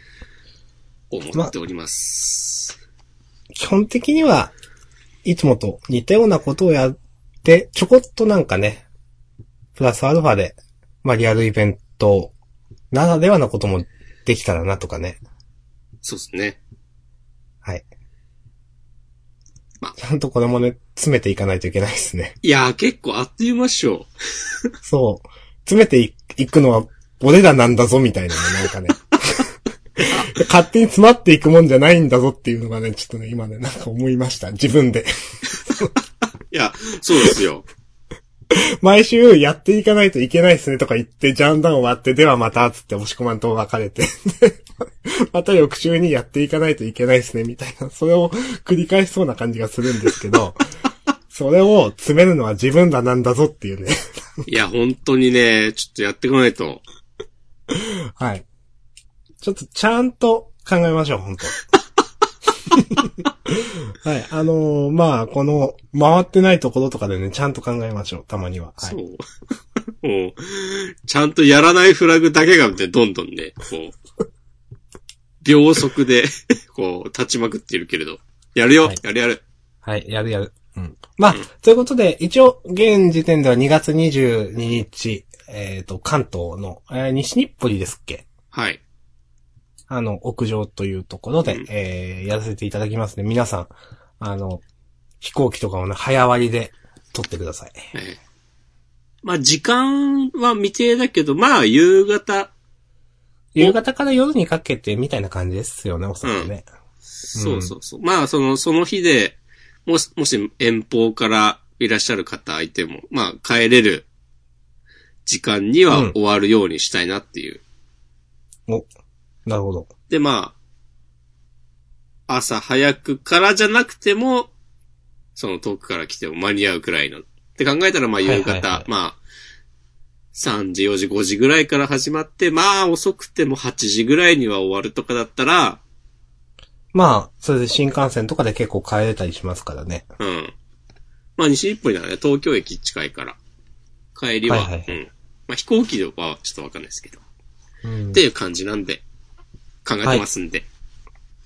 Speaker 2: 思っております。
Speaker 1: 基本的には、いつもと似たようなことをやって、ちょこっとなんかね、プラスアルファで、まあリアルイベントならではのこともできたらなとかね。
Speaker 2: そうですね。
Speaker 1: はい
Speaker 2: まあ。
Speaker 1: ちゃんとこれもね、詰めていかないといけないですね。
Speaker 2: いやー、結構あっという間っしょ。
Speaker 1: そう。詰めていいくのは俺らなんだぞみたいなね、なんかね。勝手に詰まっていくもんじゃないんだぞっていうのがね、ちょっとね、今ね、なんか思いました。自分で。
Speaker 2: いや、そうですよ。
Speaker 1: 毎週やっていかないといけないですねとか言って、ジャンダン終わって、ではまた、つって押し込まんと別れて。 <laughs> また翌週にやっていかないといけないですね、みたいな。それを繰り返しそうな感じがするんですけど、それを詰めるのは自分らなんだぞっていうね。
Speaker 2: いや、本当にね、ちょっとやっていかないと。
Speaker 1: はい。ちょっとちゃんと考えましょう、本 <laughs> 当はい。あのーまあ、この、回ってないところとかでね、ちゃんと考えましょう、たまには。は
Speaker 2: そう。
Speaker 1: い。
Speaker 2: もう、 <laughs> ちゃんとやらないフラグだけが、ね、どんどんね、こう、秒速で、 <laughs> こう、立ちまくっているけれど。やるよ、
Speaker 1: はい
Speaker 2: やるやる。
Speaker 1: はい、やるやる。うん。まあ、ということで、一応、現時点では2月22日、えっ、と、関東の、えー西日暮里ですっけ
Speaker 2: はい。
Speaker 1: あの、屋上というところで、
Speaker 2: うん
Speaker 1: えーやらせていただきますね。皆さん、あの、飛行機とかをね、早割りで撮ってください。
Speaker 2: ええまあ、時間は未定だけど、まあ、夕方、
Speaker 1: 夕方から夜にかけてみたいな感じですよね、おそらくね。
Speaker 2: そうそうそう。まあ、その、その日で、もし、もし遠方からいらっしゃる方相手も、まあ、帰れる時間に
Speaker 1: う
Speaker 2: は
Speaker 1: ん
Speaker 2: 終わるようにしたいなっていう。
Speaker 1: お、なるほど。
Speaker 2: で、まあ、朝早くからじゃなくても、その遠くから来ても間に合うくらいの。って考えたら、まあ、
Speaker 1: いはい
Speaker 2: 夕
Speaker 1: は
Speaker 2: 方、
Speaker 1: い
Speaker 2: まあ、3時、4時、5時ぐらいから始まって、まあ、遅くても8時ぐらいには終わるとかだったら、
Speaker 1: まあ、それで新幹線とかで結構帰れたりしますからね。
Speaker 2: うん。まあ、西日暮里ならね、東京駅近いから。帰りは、
Speaker 1: はいはいはい
Speaker 2: うん。まあ、飛行機とかはちょっとわかんないですけど。
Speaker 1: うん
Speaker 2: っていう感じなんで、考えてますんで。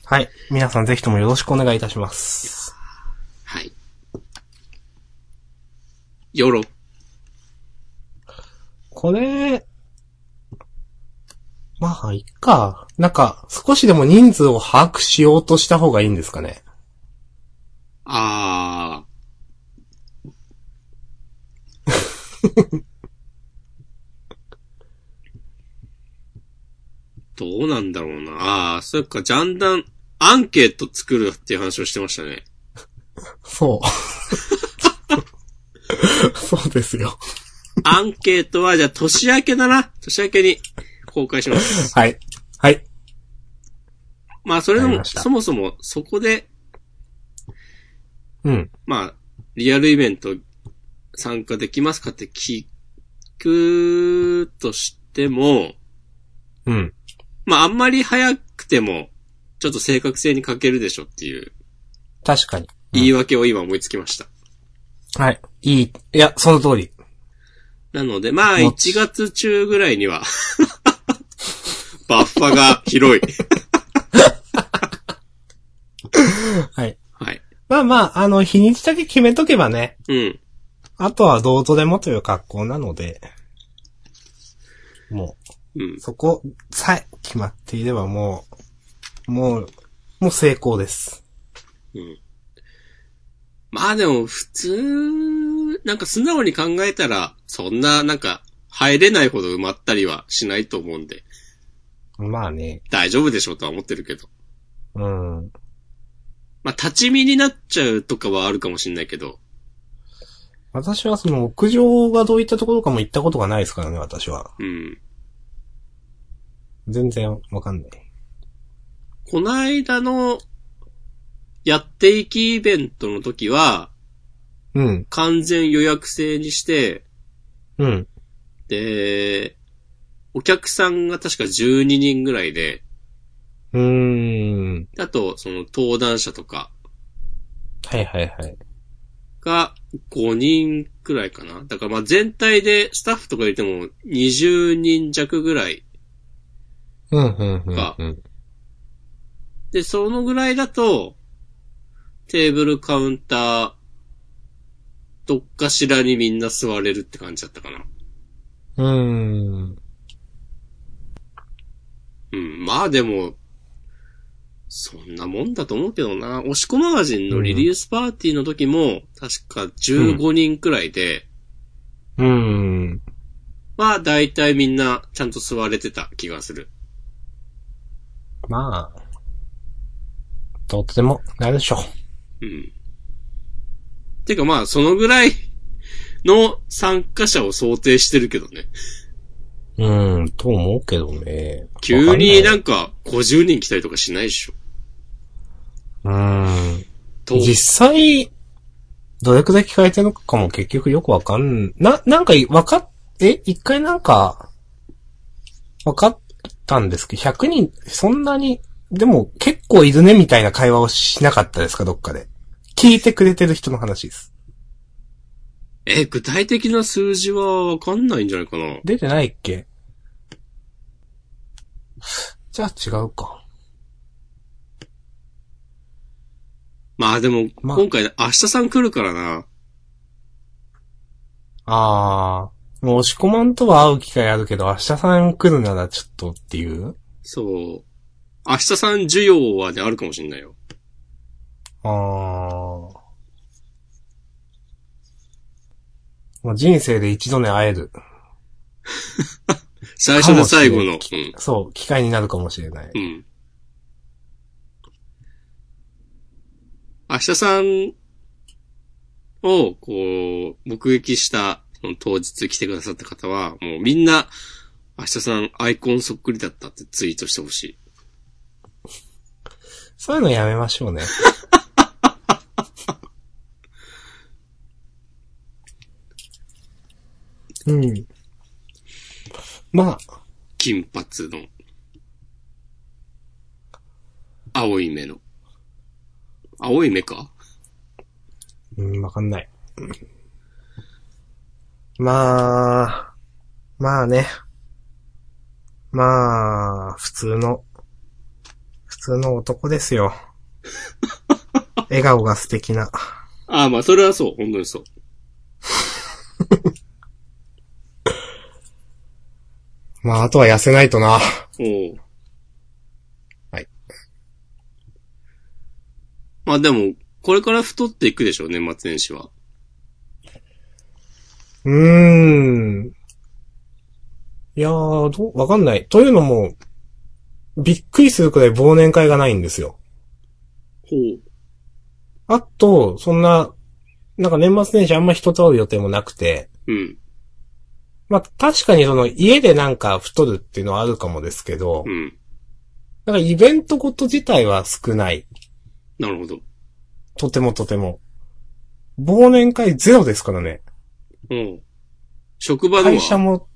Speaker 1: はい。皆さんぜひともよろしくお願いいたします。
Speaker 2: はい。よろ。
Speaker 1: これ、まあ、いっか。なんか、少しでも人数を把握しようとした方がいいんですかね。
Speaker 2: あー。 <laughs> どうなんだろうな。あー、そっか、ジャンダン、アンケート作るっていう話をしてましたね。
Speaker 1: <laughs> そう。そうですよ。
Speaker 2: アンケートは、じゃあ、年明けだな。年明けに公開
Speaker 1: <laughs>
Speaker 2: します。
Speaker 1: はい。はい。
Speaker 2: まあ、それで
Speaker 1: わかり
Speaker 2: も、
Speaker 1: ました
Speaker 2: そもそも、そこで、
Speaker 1: うん。
Speaker 2: まあ、リアルイベント参加できますかって聞くとしても、
Speaker 1: うん。
Speaker 2: まあ、あんまり早くても、ちょっと正確性に欠けるでしょっていう
Speaker 1: 確かに。
Speaker 2: 言い訳を今思いつきました。
Speaker 1: はい。いい。いや、その通り。
Speaker 2: なので、まあ、
Speaker 1: もう
Speaker 2: 1月中ぐらいには、 <laughs> バッファが広い。
Speaker 1: はい。
Speaker 2: はい。
Speaker 1: まあまあ、あの、日にちだけ決めとけばね、
Speaker 2: うん。
Speaker 1: あとはどうとでもという格好なので、も
Speaker 2: うん
Speaker 1: う、。そこさえ決まっていればもう、もう、もう成功です。
Speaker 2: うん。まあでも、普通、なんか素直に考えたら、そんな、なんか、入れないほど埋まったりはしないと思うんで、
Speaker 1: まあね、
Speaker 2: 大丈夫でしょうとは思ってるけど。
Speaker 1: うん。
Speaker 2: まあ、立ち見になっちゃうとかはあるかもしんないけど、
Speaker 1: 私はその屋上がどういったところかも行ったことがないですからね、私は。
Speaker 2: うん。
Speaker 1: 全然わかんない。
Speaker 2: こないだの、やっていきイベントの時は、
Speaker 1: うん、
Speaker 2: 完全予約制にして、
Speaker 1: うん、
Speaker 2: で、お客さんが確か12人ぐらいで、
Speaker 1: うーん。
Speaker 2: あと、その登壇者とか
Speaker 1: はいはいはい。
Speaker 2: が5人くらいかな。だからまあ全体でスタッフとか入れても20人弱ぐらい。
Speaker 1: うん、うん、うんうん。
Speaker 2: で、そのぐらいだと、テーブルカウンター、どっかしらにみんな座れるって感じだったかな。
Speaker 1: うーん。
Speaker 2: うん、まあでも、そんなもんだと思うけどな。押し子マガジンのリリースパーティーの時も、確か15人くらいで、
Speaker 1: うーん。
Speaker 2: まあ大体みんなちゃんと座れてた気がする。
Speaker 1: まあ、どうとでもなるでしょ
Speaker 2: うん。てかまあそのぐらいの参加者を想定してるけどね。
Speaker 1: う。うーん、と思うけどね。
Speaker 2: 急にな
Speaker 1: わ
Speaker 2: んか50人来たりとかしないでしょ。
Speaker 1: かんない。う
Speaker 2: と
Speaker 1: ーん。実際、どれくらい聞かれてるのかも結局よくわかん、な、なんかわかっ、え一回なんか、わかったんですけど、100人、そんなに、でも結構いるねみたいな会話をしなかったですか、どっかで。聞いてくれてる人の話です。
Speaker 2: え、具体的な数字はわかんないんじゃないかな。
Speaker 1: 出てないっけじゃあ違うか。
Speaker 2: まあでも、
Speaker 1: まあ
Speaker 2: 今回、明日さん来るからな。
Speaker 1: あー。もう押し込まんとは会う機会あるけど、明日さん来るならちょっとっていう
Speaker 2: そう。明日さん需要はね、あるかもしんないよ。
Speaker 1: あー。もう人生で一度ね会える。
Speaker 2: 最初で最後の。
Speaker 1: そう、機会になるかもしれない。
Speaker 2: うん。うん。明日さんを、こう、目撃した、その当日来てくださった方は、もうみんな、明日さんアイコンそっくりだったってツイートしてほしい。
Speaker 1: そういうのやめましょうね。 <laughs> うん。まあ、
Speaker 2: 金髪の、青い目の。青い目か
Speaker 1: うん、わかんない。まあ、まあね。まあ、普通の、普通の男ですよ。笑顔が素敵な。
Speaker 2: ああ、まあ、それはそう。本当にそう。
Speaker 1: まあ、あとは痩せないとな。
Speaker 2: おう
Speaker 1: はい。
Speaker 2: まあでも、これから太っていくでしょう、年末年始は。
Speaker 1: うーん。いやー、どう、わかんない。というのも、びっくりするくらい忘年会がないんですよ。
Speaker 2: ほう。
Speaker 1: あと、そんな、なんか年末年始あんま人と会う予定もなくて、
Speaker 2: うん。
Speaker 1: まあ確かにその家でなんか太るっていうのはあるかもですけど
Speaker 2: う、ん。
Speaker 1: なんかイベントごと自体は少ない。
Speaker 2: なるほど。
Speaker 1: とてもとても。忘年会ゼロですからね。
Speaker 2: うん。職場の
Speaker 1: 会社
Speaker 2: は、
Speaker 1: も、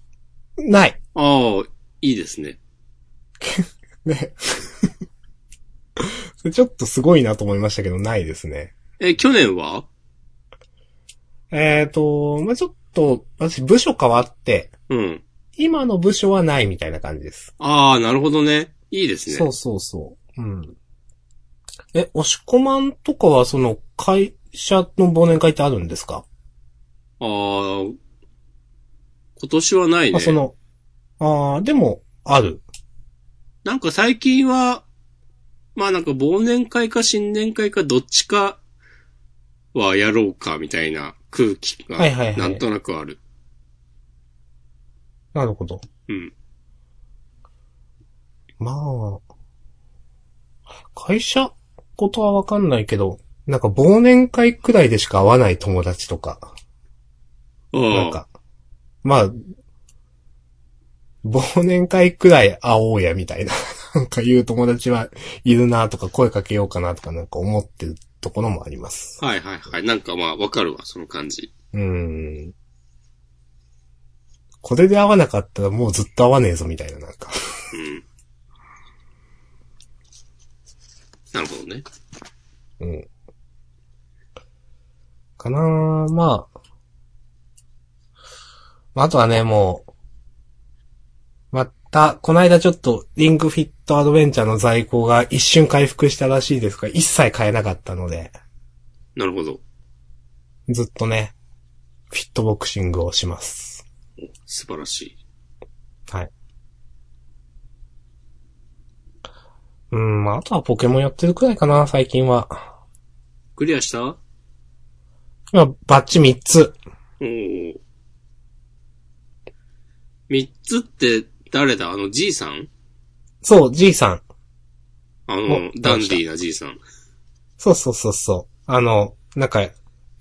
Speaker 1: ない。
Speaker 2: ああ、いいですね。
Speaker 1: ね。 <laughs> それちょっとすごいなと思いましたけど、ないですね。
Speaker 2: え、去年は
Speaker 1: えっ、ー、と、まあちょっと、私部署変わって、
Speaker 2: うん。
Speaker 1: い今の部署はないみたいな感じです。
Speaker 2: ああ、なるほどね。いいですね。
Speaker 1: そうそうそう。うん。え、押し込まんとかはその会社の忘年会ってあるんですか
Speaker 2: ああ、今年はないね
Speaker 1: あ、。その、ああ、でも、ある。
Speaker 2: なんか最近は、まあなんか忘年会か新年会かどっちかはやろうかみたいな空気が
Speaker 1: はいはいはい
Speaker 2: なんとなくある。
Speaker 1: なるほど。
Speaker 2: うん。
Speaker 1: まあ、会社ことはわかんないけど、なんか忘年会くらいでしか会わない友達とか、な
Speaker 2: あ
Speaker 1: ん
Speaker 2: あ、
Speaker 1: か、まあ、忘年会くらい会おうやみたいな、 <laughs> なんかいう友達はいるなとか声かけようかなとかなんか思ってるところもあります。
Speaker 2: はいはいはい。なんかまあわかるわ、その感じ。
Speaker 1: うーん。これで会わなかったらもうずっと会わねえぞみたいななんか。
Speaker 2: うん。なるほどね。
Speaker 1: うん。かなーまあ。まあ、あとはね、もう、また、この間ちょっと、リングフィットアドベンチャーの在庫が一瞬回復したらしいですが、一切買えなかったので、
Speaker 2: なるほど。
Speaker 1: ずっとね、フィットボクシングをします。
Speaker 2: 素晴らしい。
Speaker 1: はい。うん、まあ、あとはポケモンやってるくらいかな、最近は。
Speaker 2: クリアしたお
Speaker 1: 今、バッチ3つ。
Speaker 2: ー三つって誰だあのじいさん
Speaker 1: そう、じいさん。
Speaker 2: あの
Speaker 1: お、
Speaker 2: ダンディーなじいさん。
Speaker 1: そうそうそうそう。あの、なんか、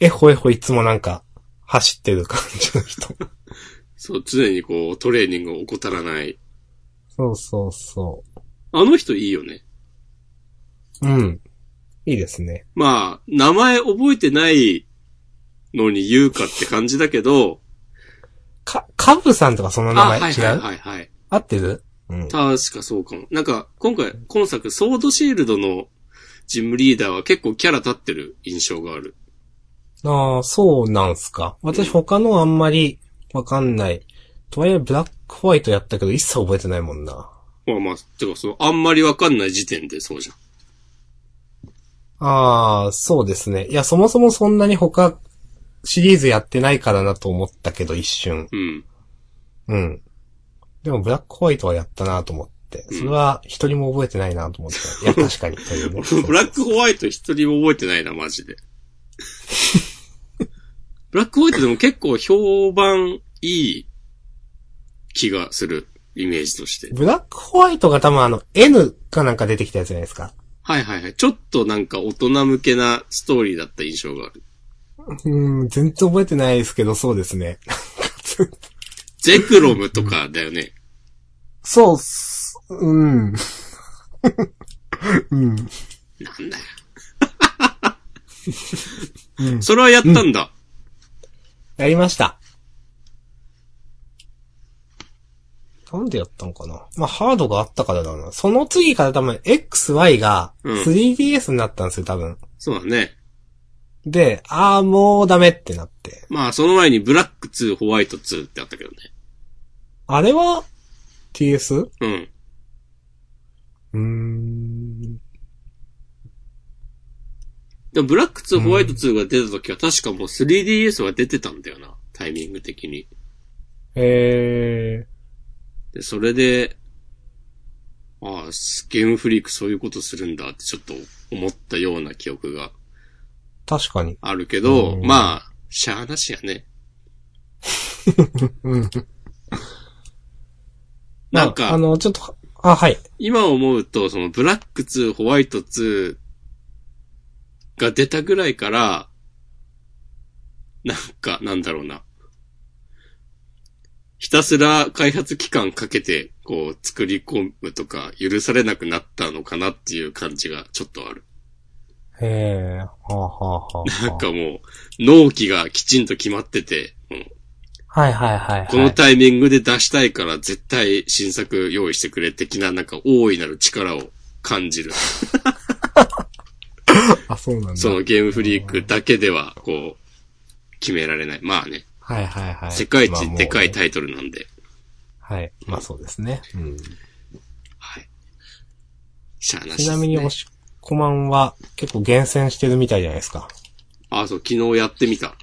Speaker 1: えほえほいつもなんか、走ってる感じの人。 <laughs>
Speaker 2: そう、常にこう、トレーニングを怠らない。
Speaker 1: そうそうそ
Speaker 2: あの人いいよね。
Speaker 1: う。うん。いいですね。
Speaker 2: まあ、名前覚えてないのに言うかって感じだけど、
Speaker 1: か、カブさんとかその
Speaker 2: あ、
Speaker 1: 名前
Speaker 2: はい
Speaker 1: 違う、
Speaker 2: はいはいはい。
Speaker 1: 合ってるうん。
Speaker 2: 確かそうかも。なんか、今回、今作、ソードシールドのジムリーダーは結構キャラ立ってる印象がある。
Speaker 1: ああ、そうなんすか。私他のあんまりわかんない。とはいえ、ブラックホワイトやったけど一切覚えてないもんな。
Speaker 2: まあまあ、てかその、あんまりわかんない時点でそうじゃん。
Speaker 1: ああ、そうですね。いや、そもそもそんなに他シリーズやってないからなと思ったけど、一瞬。
Speaker 2: うん。
Speaker 1: うん。でも、ブラックホワイトはやったなと思って。それは、一人も覚えてないなと思って。 <laughs> いや、確かに。というね
Speaker 2: ブラックホワイト一人も覚えてないな、マジで。ブラックホワイトでも結構評判いい気がする、イメージとして。
Speaker 1: ブラックホワイトが多分あの、N かなんか出てきたやつじゃないですか。
Speaker 2: はいはいはい。ちょっとなんか大人向けなストーリーだった印象がある。
Speaker 1: うん、全然覚えてないですけど、そうですね。
Speaker 2: ゼクロムとかだよね。
Speaker 1: そうっす、うん。 <laughs> うん。
Speaker 2: なんだよ。
Speaker 1: うん
Speaker 2: それはやったんだ。
Speaker 1: やりました。なんでやったのかなまあ、ハードがあったからだな。その次から多分、XY が
Speaker 2: うん
Speaker 1: 3DS になったんですよ、多分。
Speaker 2: そうだね。
Speaker 1: で、ああ、もうダメってなって。
Speaker 2: まあその前にブラック2、ホワイト2ってあったけどね。
Speaker 1: あれは ?TS?
Speaker 2: うん。
Speaker 1: うーん。
Speaker 2: でもブラック2、ホワイト2が出た時は確かもう 3DS は出てたんだよな。タイミング的に。
Speaker 1: え
Speaker 2: で、それで、ああ、スゲームフリークそういうことするんだってちょっと思ったような記憶
Speaker 1: ー、
Speaker 2: が
Speaker 1: 確かに。
Speaker 2: あるけど、
Speaker 1: うん
Speaker 2: まあ、しゃあなしやね。
Speaker 1: うん。
Speaker 2: なん
Speaker 1: ああ
Speaker 2: か、
Speaker 1: の、ちょっと、あ、はい。
Speaker 2: 今思うと、そのブラック2、ホワイト2が出たぐらいから、なんか、なんだろうな。ひたすら開発期間かけて、こう、作り込むとか、許されなくなったのかなっていう感じがちょっとある。
Speaker 1: えー、はあ、はあはあはあ。
Speaker 2: なんかもう、納期がきちんと決まってて、うん
Speaker 1: <laughs> はいはいはい、はい。
Speaker 2: このタイミングで出したいから絶対新作用意してくれ的な、なんか大いなる力を感じる。
Speaker 1: あ、そうなんだ。
Speaker 2: そのゲームフリークだけでは、こう、決められない。まあね、
Speaker 1: はいはいはい。
Speaker 2: 世界
Speaker 1: まあ
Speaker 2: 一
Speaker 1: もう
Speaker 2: でかいタイトルなんで。
Speaker 1: ははい。まあそうですね。うん、
Speaker 2: はい。しゃあなしで
Speaker 1: ち
Speaker 2: すね
Speaker 1: なみに、おしっこまんは結構厳選してるみたいじゃないですか。
Speaker 2: あ、そう、昨日やってみた。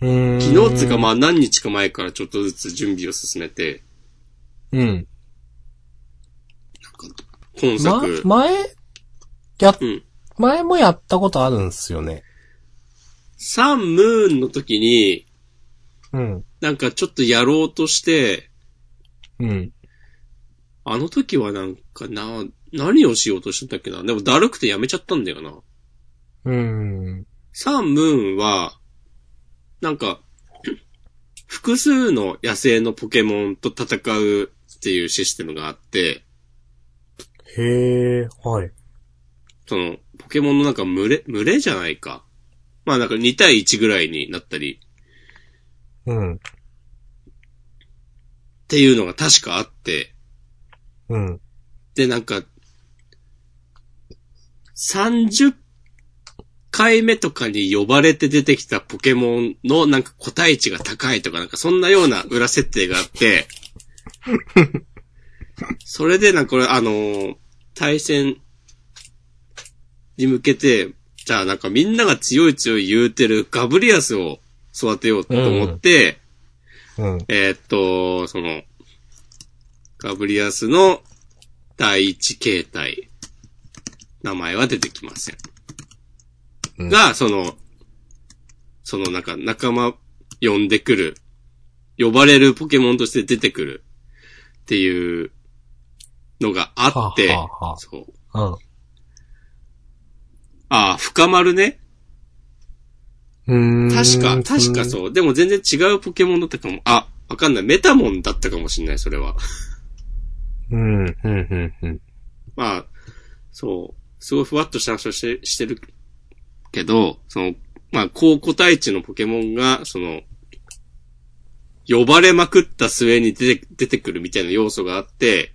Speaker 1: うーん。
Speaker 2: 昨日っつうか、まあ何日か前からちょっとずつ準備を進めて、
Speaker 1: うん。
Speaker 2: なんか今
Speaker 1: ま
Speaker 2: 作、、
Speaker 1: 前、や、
Speaker 2: うん
Speaker 1: 前もやったことあるんですよね。
Speaker 2: サンムーンの時に、
Speaker 1: うん。
Speaker 2: なんかちょっとやろうとして、
Speaker 1: うん。
Speaker 2: あの時はなんかな、何をしようとしてたっけな。でもだるくてやめちゃったんだよな。
Speaker 1: うん。
Speaker 2: サンムーンは、なんか、 <clears throat> 複数の野生のポケモンと戦うっていうシステムがあって、
Speaker 1: へえ、はい。
Speaker 2: その、ポケモンのなんか群れ、群れじゃないか。まあなんか2対1ぐらいになったり
Speaker 1: うん。
Speaker 2: っていうのが確かあって、
Speaker 1: うん。
Speaker 2: でなんか、30回目とかに呼ばれて出てきたポケモンのなんか個体値が高いとかなんかそんなような裏設定があって、それでなんかこれあのー対戦に向けて、じゃあなんかみんなが強い強い言うてるガブリアスを育てようと思って、
Speaker 1: うん。
Speaker 2: えーっと、その、ガブリアスの第一形態。名前は出てきません。
Speaker 1: うん
Speaker 2: が、その、そのなんか仲間呼んでくる、呼ばれるポケモンとして出てくるっていうのがあって、
Speaker 1: はあはあはあ
Speaker 2: そう。
Speaker 1: うん。
Speaker 2: ああ、深まるね。
Speaker 1: う
Speaker 2: 確か、
Speaker 1: ーん
Speaker 2: 確かそう。でも全然違うポケモンだったかも。あ、わかんない。メタモンだったかもしんない、それは。
Speaker 1: うん。うん、うん、うん。
Speaker 2: まあ、そう、すごいふわっとした話をしてしてるけど、その、まあ、高個体値のポケモンが、その、呼ばれまくった末に出て、出てくるみたいな要素があって、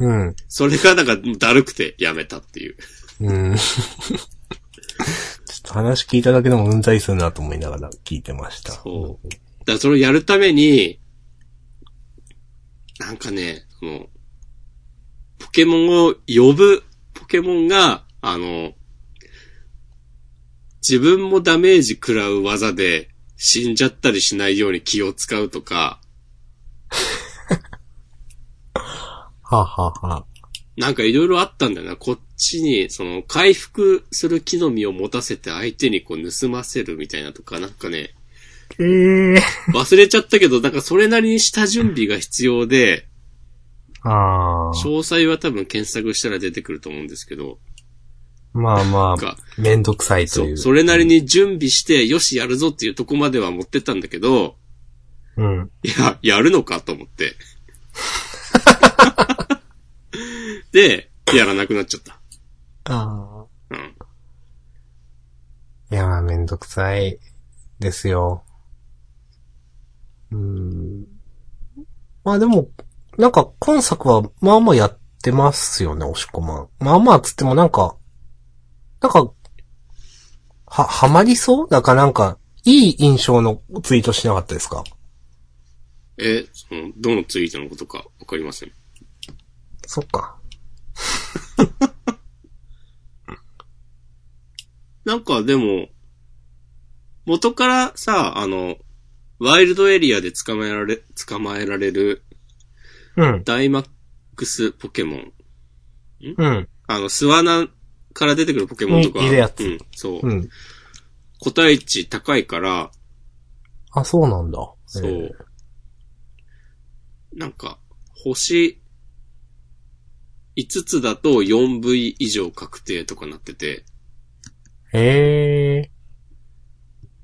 Speaker 1: うん。
Speaker 2: それがなんかだるくてやめたっていう。
Speaker 1: <laughs> うん。ちょっと話聞いただけでもうんざりするなと思いながら聞いてました。
Speaker 2: そう。だからそれをやるために、なんかね、その、ポケモンを呼ぶポケモンが、あの、自分もダメージ食らう技で死んじゃったりしないように気を使うとか、
Speaker 1: はあ、はあはあ、
Speaker 2: なんかいろいろあったんだよな。こっちに、その、回復する木の実を持たせて相手にこう盗ませるみたいなとか、なんかね、
Speaker 1: ええ
Speaker 2: 忘れちゃったけど、なんかそれなりに下準備が必要で、
Speaker 1: ああ。
Speaker 2: 詳細は多分検索したら出てくると思うんですけど、
Speaker 1: まあま
Speaker 2: が
Speaker 1: あ、めんどくさいと
Speaker 2: そ
Speaker 1: いう。
Speaker 2: う、それなりに準備して、よし、やるぞっていうとこまでは持ってったんだけど、
Speaker 1: うん。
Speaker 2: いや、 <laughs> やるのかと思って。 <laughs> で、やらなくなっちゃった。
Speaker 1: あ
Speaker 2: うん。
Speaker 1: あ。いや、めんどくさいですよ。うーん。まあでも、なんか今作はまあまあやってますよね、おしこまん。まあまあつってもなんか、なんか、は、はまりそうなんかなんか、いい印象のツイートしなかったですか
Speaker 2: え、その、どのツイートのことかわかりません。
Speaker 1: そっか。
Speaker 2: なんかでも、元からさ、あの、ワイルドエリアで捕まえられ、捕まえられる
Speaker 1: うん。
Speaker 2: ダイマックスポケモン
Speaker 1: うん。
Speaker 2: あの、巣穴から出てくるポケモンとか。
Speaker 1: うんいるやつ
Speaker 2: うん、そう。
Speaker 1: うん。
Speaker 2: 個体値高いから、
Speaker 1: あ、そうなんだ。
Speaker 2: そ
Speaker 1: え
Speaker 2: う。
Speaker 1: ー
Speaker 2: なんか、星、5つだと 4V 以上確定とかなってて、
Speaker 1: へえ。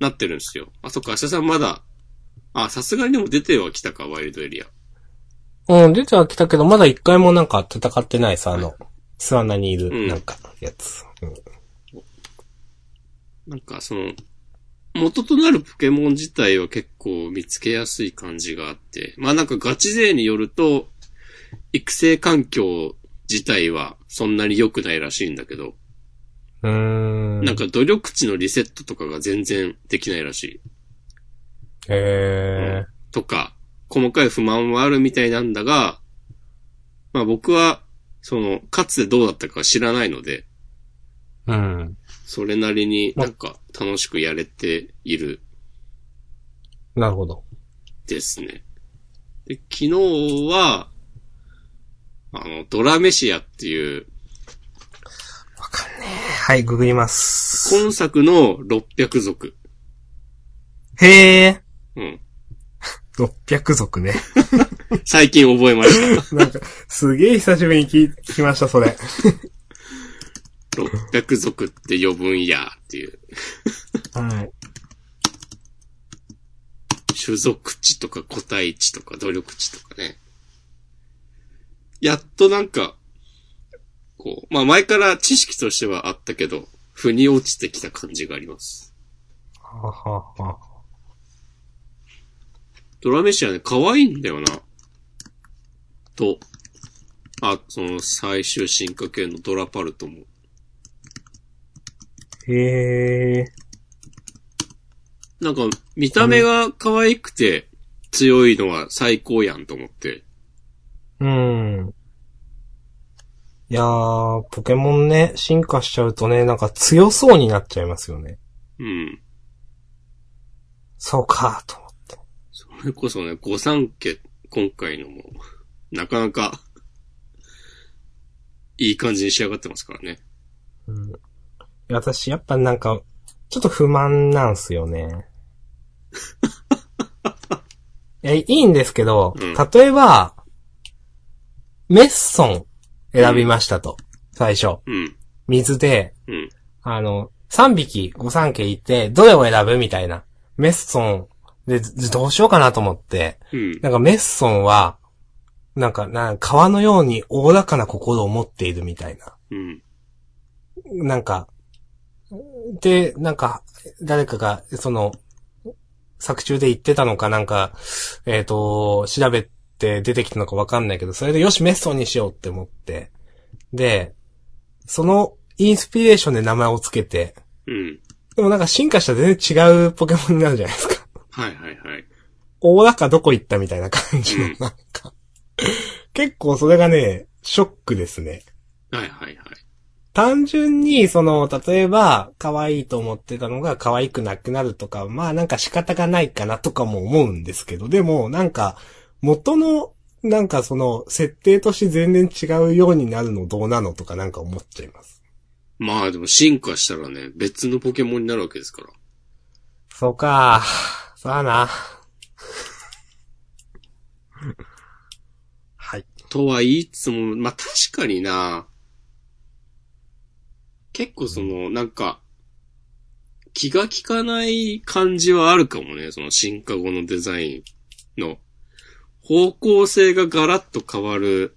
Speaker 2: なってるんですよ。あ、そっか、明日さんまだ、あ、さすがにでも出ては来たか、ワイルドエリア。
Speaker 1: うん、出ては来たけど、まだ一回もなんか戦ってないさ、あの、巣穴にいる、なんか、やつ。うん。
Speaker 2: なんか、その、元となるポケモン自体は結構見つけやすい感じがあって、まあなんかガチ勢によると、育成環境自体はそんなに良くないらしいんだけど、
Speaker 1: うーん。
Speaker 2: なん、か努力値のリセットとかが全然できないらしい。
Speaker 1: へえ。
Speaker 2: とか、細かい不満はあるみたいなんだが、まあ僕は、その、かつてどうだったかは知らないので、
Speaker 1: うん。
Speaker 2: それなりになんか楽しくやれている
Speaker 1: なるほど。
Speaker 2: ですね。で、昨日は、あの、ドラメシアっていう、
Speaker 1: わかんねえ。はい、ググります。
Speaker 2: 今作の600族。
Speaker 1: へえ。
Speaker 2: うん。
Speaker 1: 600族ね。 <laughs>
Speaker 2: 最近覚えまし
Speaker 1: なんか、すげえ久しぶりに聞聞きました、それ。
Speaker 2: た。600族って呼ぶんや、っていう。
Speaker 1: はい。
Speaker 2: 種族値とか個体値とか努力値とかね。やっとなんか、こう、まあ前から知識としてはあったけど、腑に落ちてきた感じがあります。
Speaker 1: はあはあはあ
Speaker 2: ドラメシアね、可愛いんだよな。と、あ、その最終進化系のドラパルトも。
Speaker 1: へえ。
Speaker 2: なんか、見た目が可愛くて強いのは最高やんと思って。
Speaker 1: うん。いやー、ポケモンね、進化しちゃうとね、なんか強そうになっちゃいますよね。
Speaker 2: うん。
Speaker 1: そうか、と思って。
Speaker 2: それこそね、五三家、今回のも、なかなか、いい感じに仕上がってますからね。
Speaker 1: うん。私、やっぱなんか、ちょっと不満なんすよ
Speaker 2: <laughs>
Speaker 1: ね。え、いいんですけど、
Speaker 2: うん
Speaker 1: 例えば、メッソン選びましたと。最初。
Speaker 2: うん、
Speaker 1: 水で、
Speaker 2: うん、
Speaker 1: あの、3匹、5、3家いて、どれを選ぶみたいな。メッソンで、ずどうしようかなと思って、
Speaker 2: うん、
Speaker 1: なんかメッソンは、なんか、なんか川のようにおおらかな心を持っているみたいな。
Speaker 2: うん、
Speaker 1: なんか、で、なんか、誰かが、その、作中で言ってたのかなんか、えっ、と、調べて出てきたのかわかんないけど、それでよし、メッソンにしようって思って。で、そのインスピレーションで名前をつけて、
Speaker 2: うん。
Speaker 1: でもなんか進化したら全然違うポケモンになるじゃないです
Speaker 2: <laughs>
Speaker 1: か。
Speaker 2: はいはいはい。
Speaker 1: おおらかどこ行ったみたいな感じの、
Speaker 2: うん
Speaker 1: なんか。結構それがね、ショックですね。
Speaker 2: はいはいはい。
Speaker 1: 単純に、その、例えば、可愛いと思ってたのが可愛くなくなるとか、まあなんか仕方がないかなとかも思うんですけど、でもなんか、元の、なんかその、設定として全然違うようになるのどうなのとかなんか思っちゃいます。
Speaker 2: まあでも進化したらね、別のポケモンになるわけですから。
Speaker 1: そうか、さあな。はい。
Speaker 2: とは言いつつも、まあ確かにな、結構その、なんか、気が利かない感じはあるかもね、その進化後のデザインの。方向性がガラッと変わる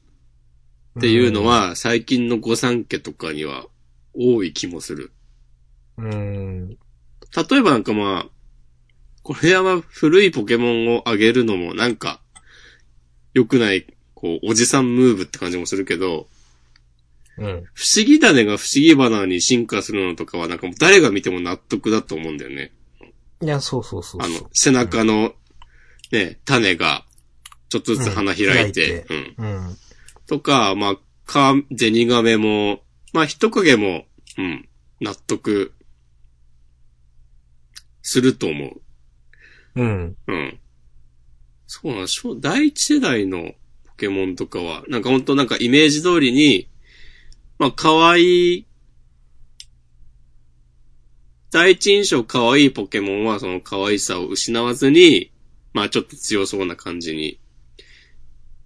Speaker 2: っていうのは、最近の御三家とかには多い気もする。
Speaker 1: うん、うん、
Speaker 2: 例えばなんかまあ、これはまあ古いポケモンをあげるのもなんか、良くない、こう、おじさんムーブって感じもするけど、
Speaker 1: うん。
Speaker 2: 不思議種が不思議花に進化するのとかはなんかもう誰が見ても納得だと思うんだよね。
Speaker 1: いや、そうそうそう
Speaker 2: あ
Speaker 1: そう
Speaker 2: の、。背中の、ね、種が、ちょっとずつ花開いて、うん。
Speaker 1: うん。
Speaker 2: とか、まあ、か、ゼニガメも、まあ、人影も、うん、納得、すると思う。
Speaker 1: うん。
Speaker 2: うん。そうなんです、小第一世代のポケモンとかは、なんかほんとなんかイメージ通りに、まあ可愛い、第一印象可愛いポケモンはその可愛さを失わずに、まあちょっと強そうな感じに。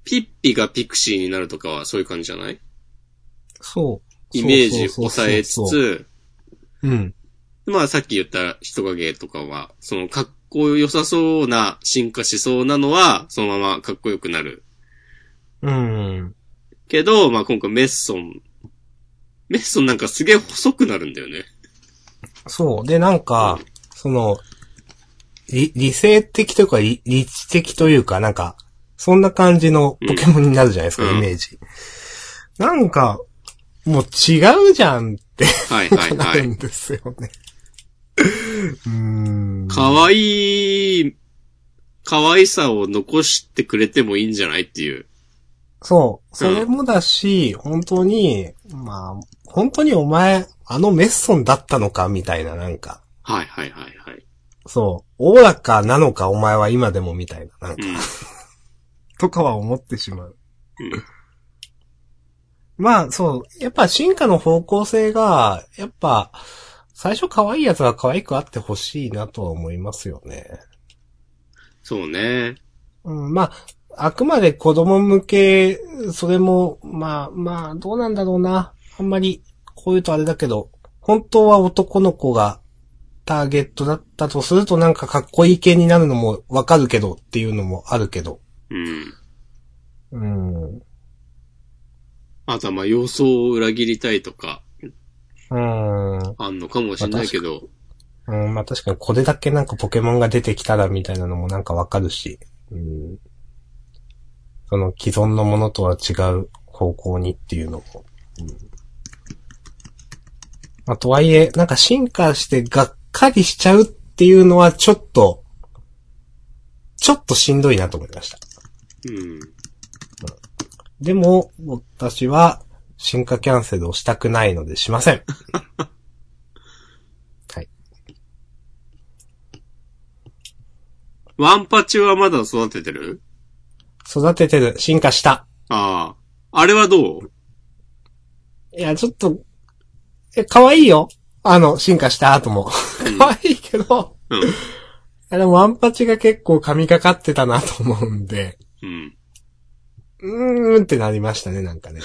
Speaker 2: ピッピがピクシーになるとかはそういう感じじゃない
Speaker 1: そう。
Speaker 2: イメージ抑えつ
Speaker 1: そうそうそう
Speaker 2: つ、
Speaker 1: そう。うん。
Speaker 2: まあさっき言った人影とかは、そのかっこよさそうな進化しそうなのは、そのままかっこよくなる。
Speaker 1: うん。
Speaker 2: けど、まあ今回メッソン。メッソンなんかすげえ細くなるんだよね。
Speaker 1: そう。で、なんか、その、り理性的というか、り理知的というか、なんか、そんな感じのポケモンになるじゃないですか、
Speaker 2: うん
Speaker 1: イメージ。なんか、もう違うじゃんって
Speaker 2: はいはい
Speaker 1: な
Speaker 2: は
Speaker 1: る
Speaker 2: い。
Speaker 1: んですよね。うーん。
Speaker 2: かわいい、可愛さを残してくれてもいいんじゃないっていう。
Speaker 1: そう。それもだし、本当に、まあ、本当にお前、あのメッソンだったのかみたいな、なんか。
Speaker 2: はいはいはいはい。
Speaker 1: そう。おおらかなのか、お前は今でもみたいな、なんか、
Speaker 2: うん。
Speaker 1: とかは思ってしまう。
Speaker 2: うん
Speaker 1: まあ、そう。やっぱ進化の方向性が、やっぱ、最初可愛いやつは可愛くあってほしいなとは思いますよね。
Speaker 2: そうね。
Speaker 1: うん、まあ、あくまで子供向け、それも、まあまあ、どうなんだろうな。あんまり、こういうとあれだけど、本当は男の子がターゲットだったとするとなんかかっこいい系になるのもわかるけどっていうのもあるけど。
Speaker 2: うん。
Speaker 1: うん。
Speaker 2: あとはまあ予想を裏切りたいとか、
Speaker 1: うん。
Speaker 2: あんのかもしれないけど、
Speaker 1: うん、まあ確かにこれだけなんかポケモンが出てきたらみたいなのもなんかわかるし、うん、その既存のものとは違う方向にっていうのも。うん、まあとはいえ、なんか進化してがっかりしちゃうっていうのはちょっと、ちょっとしんどいなと思いました。
Speaker 2: うん。
Speaker 1: でも、私は進化キャンセルをしたくないのでしません。はい。
Speaker 2: ワンパチはまだ育ててる
Speaker 1: 育ててる、進化した。
Speaker 2: ああ。あれはどう
Speaker 1: いや、ちょっと、え、可愛いよ。あの、進化した後も。可愛いけど、
Speaker 2: うん。
Speaker 1: あれ、ワンパチが結構噛みかかってたなと思うんで、
Speaker 2: うん。
Speaker 1: うーんってなりましたね、なんかね。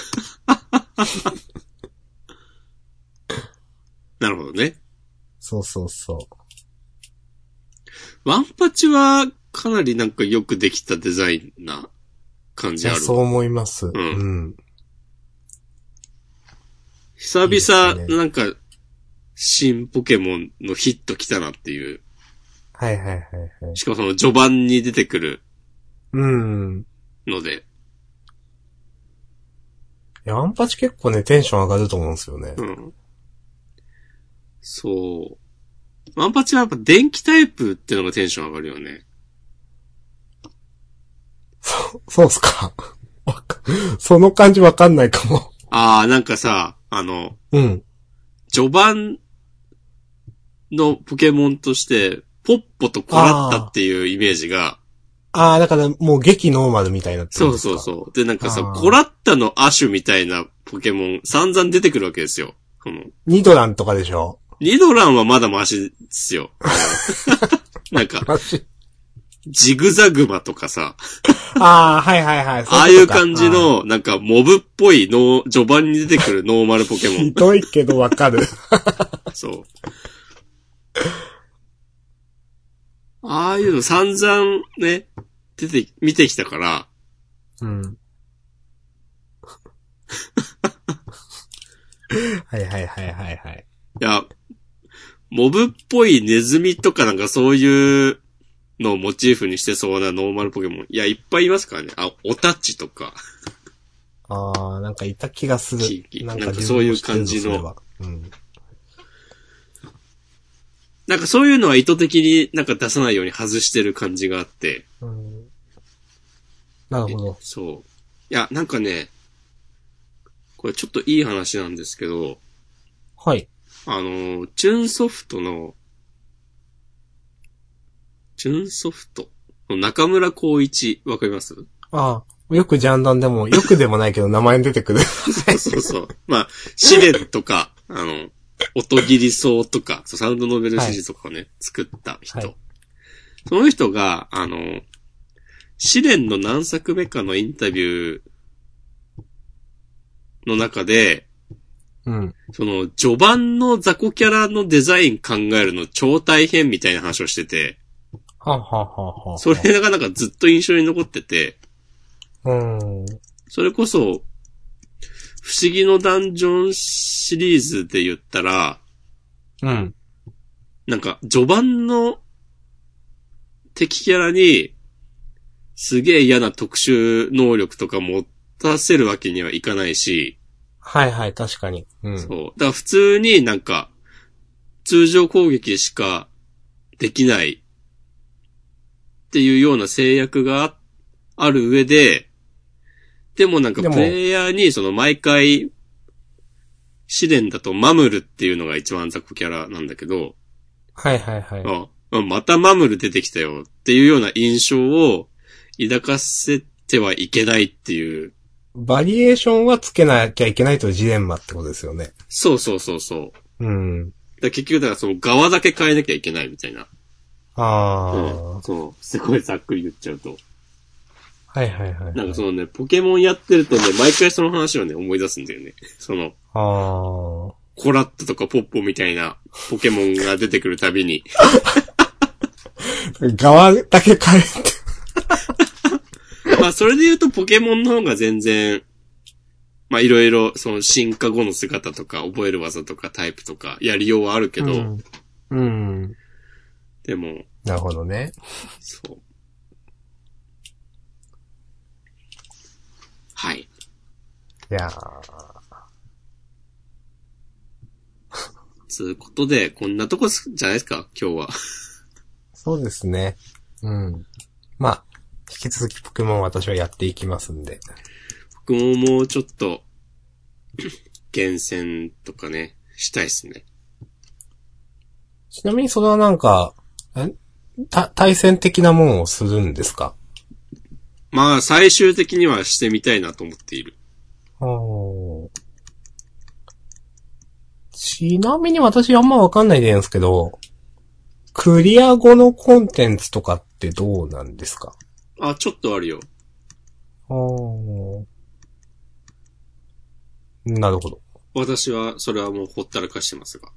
Speaker 2: なるほどね。
Speaker 1: そうそうそ
Speaker 2: ワンパチはかなりなんかよくできたデザインな感
Speaker 1: う。い
Speaker 2: じあ
Speaker 1: や、
Speaker 2: る。
Speaker 1: そう思います。うんん。
Speaker 2: 久
Speaker 1: いいです
Speaker 2: 々、
Speaker 1: ね
Speaker 2: なんか、新ポケモンのヒット来たなっていう。
Speaker 1: はいはいはいはい。
Speaker 2: しかもその序盤に出てくる
Speaker 1: うん。
Speaker 2: ので。
Speaker 1: いや、ワンパチ結構ね、テンション上がると思うんですよね
Speaker 2: う。ん。そう。ワンパチはやっぱ電気タイプってのがテンション上がるよね。
Speaker 1: そうっすか。わかその感じわかんないかも。
Speaker 2: ああ、なんかさ、あの、
Speaker 1: うん。
Speaker 2: 序盤のポケモンとして、ポッポとコラッタっていうイメージが、
Speaker 1: ああ、だからもう激ノーマルみたいになってるん
Speaker 2: そう
Speaker 1: です
Speaker 2: そう
Speaker 1: か
Speaker 2: そう。で、なんかさ、
Speaker 1: あー
Speaker 2: コラッタの亜種みたいなポケモン、散々出てくるわけですよ。この、
Speaker 1: ニドランとかでしょ
Speaker 2: ニドランはまだマシですよ。なんか、
Speaker 1: マジ
Speaker 2: ジグザグマとかさ、
Speaker 1: ああ、はいはいはい。
Speaker 2: ああいう感じの、なんか、モブっぽいの、序盤に出てくるノーマルポケモ
Speaker 1: ひ
Speaker 2: ン。
Speaker 1: どいけどわか
Speaker 2: <laughs>
Speaker 1: る。
Speaker 2: そう。ああいうの散々ね、出て、見てきたから、
Speaker 1: うん。 <laughs> はいはいはいはいはい。
Speaker 2: いや、モブっぽいネズミとかなんかそういうのをモチーフにしてそうなノーマルポケモン。いや、いっぱいいますからね。あ、オタッチとか。
Speaker 1: ああ、なんかいた気がする
Speaker 2: キーキ。ーなんか
Speaker 1: 自分も知ってる
Speaker 2: そういう感じの
Speaker 1: それはうん。
Speaker 2: なんかそういうのは意図的になんか出さないように外してる感じがあって。
Speaker 1: うんなるほど。
Speaker 2: そう。いや、なんかね、これちょっといい話なんですけど、
Speaker 1: はい。
Speaker 2: あの、チューンソフトの、チューンソフトの中村光一、わかります <laughs>
Speaker 1: ああ、よくジャンダンでも、よくでもないけど名前に出
Speaker 2: <laughs>
Speaker 1: てくる。
Speaker 2: そうそうそう。まあ、シレンとか、あの、音切りそうとか、そうサウンドノベルシリーズとかをね、作った人。
Speaker 1: はい
Speaker 2: その人が、あの、試練の何作目かのインタビューの中で、
Speaker 1: うん。
Speaker 2: その、序盤の雑魚キャラのデザイン考えるの超大変みたいな話をしてて、
Speaker 1: はあ、はあはあはあ、
Speaker 2: それがなんかずっと印象に残ってて、
Speaker 1: うん。
Speaker 2: それこそ、不思議のダンジョンシリーズで言ったら、
Speaker 1: うん。
Speaker 2: なんか、序盤の敵キャラに、すげえ嫌な特殊能力とか持たせるわけにはいかないし、
Speaker 1: はいはい、確かに。うん。
Speaker 2: そう。だから普通になんか、通常攻撃しかできないっていうような制約がある上で、でもなんか
Speaker 1: でも
Speaker 2: プレイヤーにその毎回、試練だとマムルっていうのが一番雑魚キャラなんだけど、
Speaker 1: はいはいはい。
Speaker 2: あ、あまたマムル出てきたよっていうような印象を抱かせてはいけないっていう。
Speaker 1: バリエーションはつけなきゃいけないというジレンマってことですよね。
Speaker 2: そうそうそうそう。だか
Speaker 1: うん。
Speaker 2: ら結局だからその側だけ変えなきゃいけないみたいな。
Speaker 1: ああ、
Speaker 2: うんそう。すごいざっくり言っちゃうと。
Speaker 1: はいはいはい。
Speaker 2: なんかそのね、ポケモンやってるとね、毎回その話をね、思い出すんだよね。その、
Speaker 1: ああ。
Speaker 2: コラットとかポッポみたいなポケモンが出てくるたびに、 <laughs>
Speaker 1: 側だけ変えて。
Speaker 2: まあ、それで言うとポケモンの方が全然、まあ、いろいろ、その進化後の姿とか、覚える技とか、タイプとか、やりようはあるけど、
Speaker 1: うん。うん。
Speaker 2: でも、
Speaker 1: なるほどね。
Speaker 2: そう。はい。
Speaker 1: いやー
Speaker 2: つうことで、こんなとこすじゃないですか、今日は。
Speaker 1: そうですね。うん。まあ、引き続きポケモン私はやっていきますんで。
Speaker 2: 僕ももうちょっと、厳選とかね、したいですね。
Speaker 1: ちなみにそれはなんか、えた、対戦的なもんをするんですか
Speaker 2: まあ、最終的にはしてみたいなと思っている。
Speaker 1: おーちなみに私あんまわかんないでんですけど、クリア後のコンテンツとかってどうなんですか
Speaker 2: あ、ちょっとあるよ。
Speaker 1: おーなるほど。
Speaker 2: 私は、それはもうほったらかしてますが。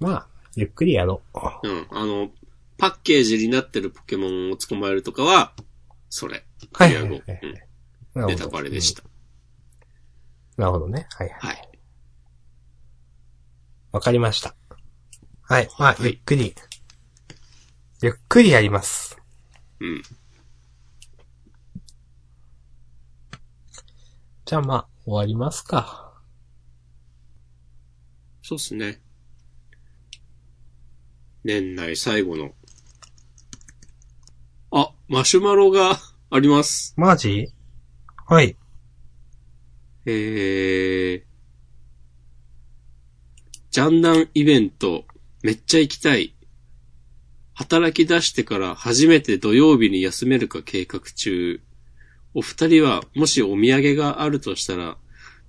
Speaker 1: まあ、ゆっくりやろう。
Speaker 2: うん。あの、パッケージになってるポケモンを捕まえるとかは、それ。
Speaker 1: はい
Speaker 2: クリ
Speaker 1: は
Speaker 2: ア
Speaker 1: いは
Speaker 2: 後
Speaker 1: いはい
Speaker 2: うん
Speaker 1: な
Speaker 2: ネタバレでした。
Speaker 1: なるほどね。はいはい。
Speaker 2: はい。
Speaker 1: わかりました。はい。まあ、
Speaker 2: はい
Speaker 1: ゆっくり。ゆっくりやります。
Speaker 2: うん。
Speaker 1: じゃあまあ、終わりますか。
Speaker 2: そうっすね。年内最後の。あ、マシュマロがあります。
Speaker 1: マジはい。
Speaker 2: えー。ジャンダンイベント、めっちゃ行きたい。働き出してから初めて土曜日に休めるか計画中。お二人はもしお土産があるとしたら、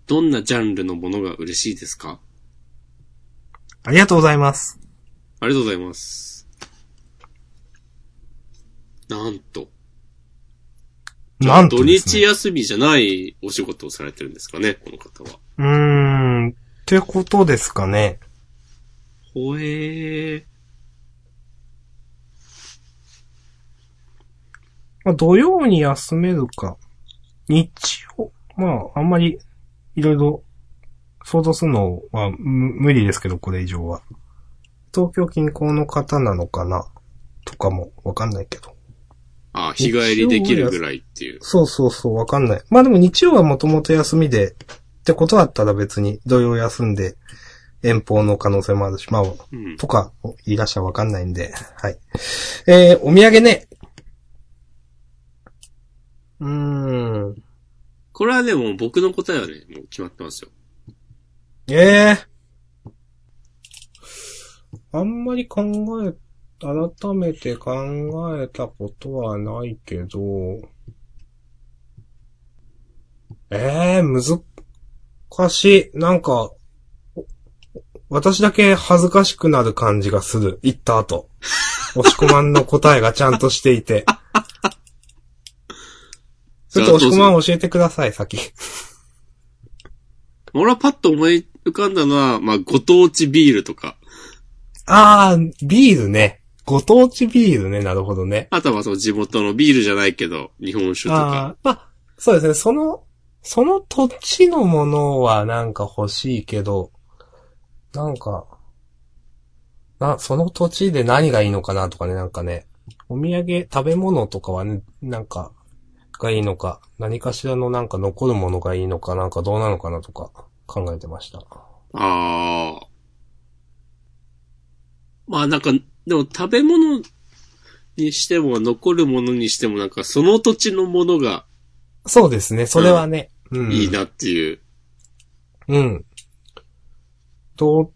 Speaker 2: どんなジャンルのものが嬉しいですか
Speaker 1: ありがとうございます。
Speaker 2: ありがとうございます。なんと。
Speaker 1: なんと
Speaker 2: 土
Speaker 1: です
Speaker 2: 日
Speaker 1: ね、
Speaker 2: 休みじゃないお仕事をされてるんですかね、この方は。
Speaker 1: うーん。ってことですかね。
Speaker 2: ほえー。
Speaker 1: まあ、土曜に休めるか。日曜。まあ、あんまり、いろいろ、想像するのはむ無理ですけど、これ以上は。東京近郊の方なのかなとかもわかんないけど。
Speaker 2: あ、日帰りできるぐらいっていう。
Speaker 1: そうそうそう、わかんない。まあでも日曜はもともと休みで、ってことだったら別に土曜休んで、遠方の可能性もあるし、まあ、
Speaker 2: うん。
Speaker 1: とか、言い出したらわかんないんで、はい。えー、お土産ね。うーん。
Speaker 2: これはでも僕の答えはね、もう決まってますよ。
Speaker 1: ええあんまり考え、改めて考えたことはないけど、ええむずかしい。なんか、お私だけ恥ずかしくなる感じがする。言った後。押し込まんの答えがちゃんとしていて。ちょっと押し込まん教えてください、先。
Speaker 2: 俺はパッと思い浮かんだのは、まあ、ご当地ビールとか、
Speaker 1: あー、ビールね。ご当地ビールね、なるほどね。
Speaker 2: あとはその地元のビールじゃないけど、日本酒と
Speaker 1: あ
Speaker 2: か。
Speaker 1: あー、まあ、そうですね、その、その土地のものはなんか欲しいけど、なんか、な、その土地で何がいいのかなとかね、なんかね、お土産、食べ物とかはね、なんか、がいいのか、何かしらのなんか残るものがいいのか、なんかどうなのかなとか考えてました。
Speaker 2: ああ。まあなんか、でも食べ物にしても残るものにしてもなんかその土地のものが
Speaker 1: そうですね、それはね。うん。
Speaker 2: いいなっていう。
Speaker 1: うん。どっ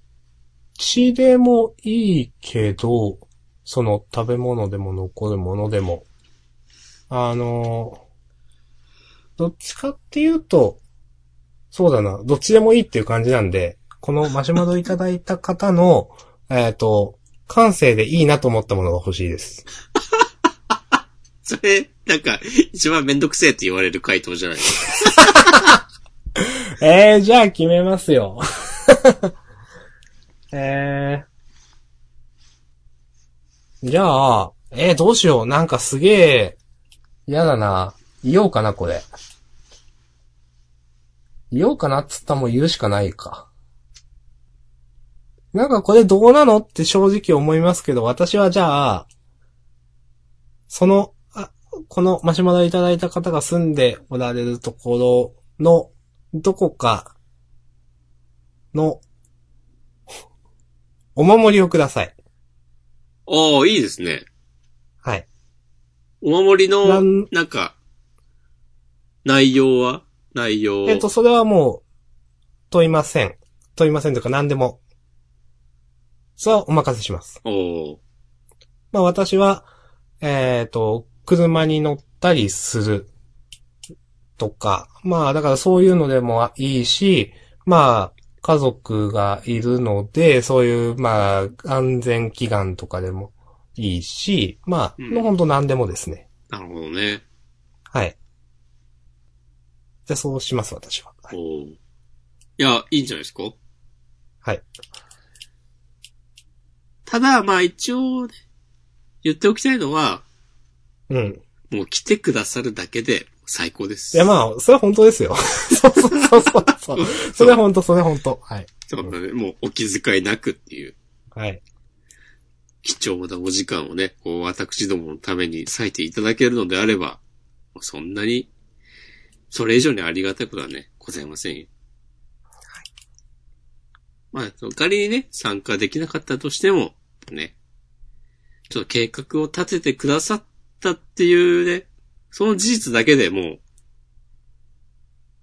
Speaker 1: ちでもいいけど、その食べ物でも残るものでも。あの、どっちかっていうと、そうだな、どっちでもいいっていう感じなんで、このマシュマロいただいた方の、えっと、感性でいいなと思ったものが欲しいです。
Speaker 2: それ、なんか、一番めんどくせえって言われる回答じゃないですか。
Speaker 1: えー、じゃあ決めますよ。 <laughs> えー。じゃあ、えー、どうしよう。なんかすげえ、嫌だな。言おうかな、これ。言おうかなっつったらもう言うしかないか。なんかこれどうなのって正直思いますけど、私はじゃあ、その、あ、このマシュマロいただいた方が住んでおられるところのどこかのお守りをください。
Speaker 2: おー、いいですね。
Speaker 1: はい。
Speaker 2: お守り
Speaker 1: な
Speaker 2: の
Speaker 1: ん、
Speaker 2: なんか、内容は内容。
Speaker 1: えっと、それはもう、問いません。問いませんというか何でも。それはお任せします。
Speaker 2: おー。
Speaker 1: まあ私は、えっ、と、車に乗ったりするとか、まあだからそういうのでもいいし、まあ家族がいるので、そういうまあ安全祈願とかでもいいし、まあ、
Speaker 2: うん
Speaker 1: もう本当何でもですね。
Speaker 2: なるほどね。
Speaker 1: はい。じゃあそうします、私は。はい。
Speaker 2: おー。いや、いいんじゃないですか
Speaker 1: はい。
Speaker 2: ただ、まあ一応ね、言っておきたいのは、
Speaker 1: うん。
Speaker 2: もう来てくださるだけで最高です。
Speaker 1: いやまあ、それは本当ですよ。 <laughs> そうそうそうそうそう。それは本当、それは本当。はい。
Speaker 2: そうだね。もうお気遣いなくっていう
Speaker 1: はい。
Speaker 2: 貴重なお時間をね、こう私どものために割いていただけるのであれば、もうそんなに、それ以上にありがたいことはね、ございませんよ。まあ、仮にね、参加できなかったとしても、ね、ちょっと計画を立ててくださったっていうね、その事実だけでもう、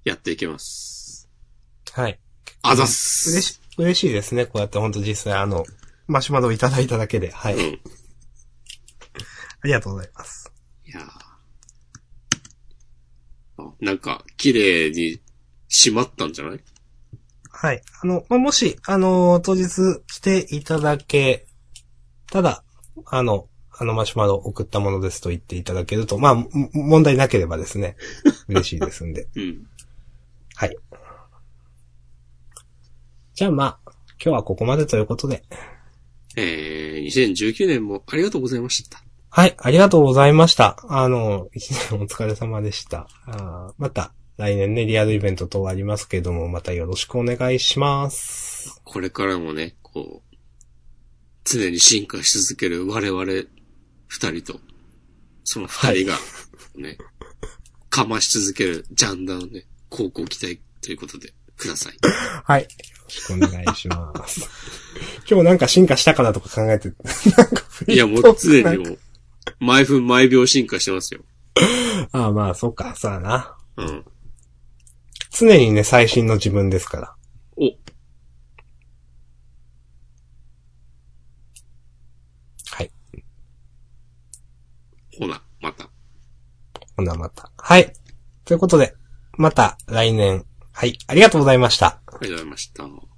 Speaker 2: やっていけます。
Speaker 1: はい。
Speaker 2: あざっす。
Speaker 1: 嬉し、嬉しいですね。こうやって本当実際あの、マシュマロをいただいただけで。はい。
Speaker 2: うん。
Speaker 1: ありがとうございます。
Speaker 2: いやーあなんか、綺麗に閉まったんじゃない
Speaker 1: はい。あの、まあ、もし、あの、当日来ていただけ、ただ、あの、あのマシュマロ送ったものですと言っていただけると、まあ、も問題なければです
Speaker 2: <laughs>
Speaker 1: ね、嬉しいですんで。
Speaker 2: うん。
Speaker 1: はい。じゃあまあ、今日はここまでということで。
Speaker 2: えー、2019年もありがとうございました。
Speaker 1: はい、ありがとうございました。あの、一年お疲れ様でした。あーまた、来年ね、リアルイベント等ありますけども、またよろしくお願いします。
Speaker 2: これからもね、こう、常に進化し続ける我々二人と、その二人が、ね、かまし続けるジャンダーのね、高校期待ということで、ください。 <laughs>
Speaker 1: はい。よろしくお願いします。 <laughs> 今日なんか進化したからとか考えて、 <laughs> なんかフ
Speaker 2: い
Speaker 1: リ
Speaker 2: や、
Speaker 1: ー
Speaker 2: も
Speaker 1: トー
Speaker 2: う
Speaker 1: ク
Speaker 2: 常
Speaker 1: なん
Speaker 2: に
Speaker 1: か
Speaker 2: もう、毎分毎秒進化してますよ。
Speaker 1: ああ、まあ、そっか、さあな。
Speaker 2: うん。
Speaker 1: 常にね、最新の自分ですから。
Speaker 2: お、
Speaker 1: はい。
Speaker 2: ほな、また。
Speaker 1: ほな、また。はい。ということで、また来年。はい、ありがとうございました。
Speaker 2: ありがとうございました。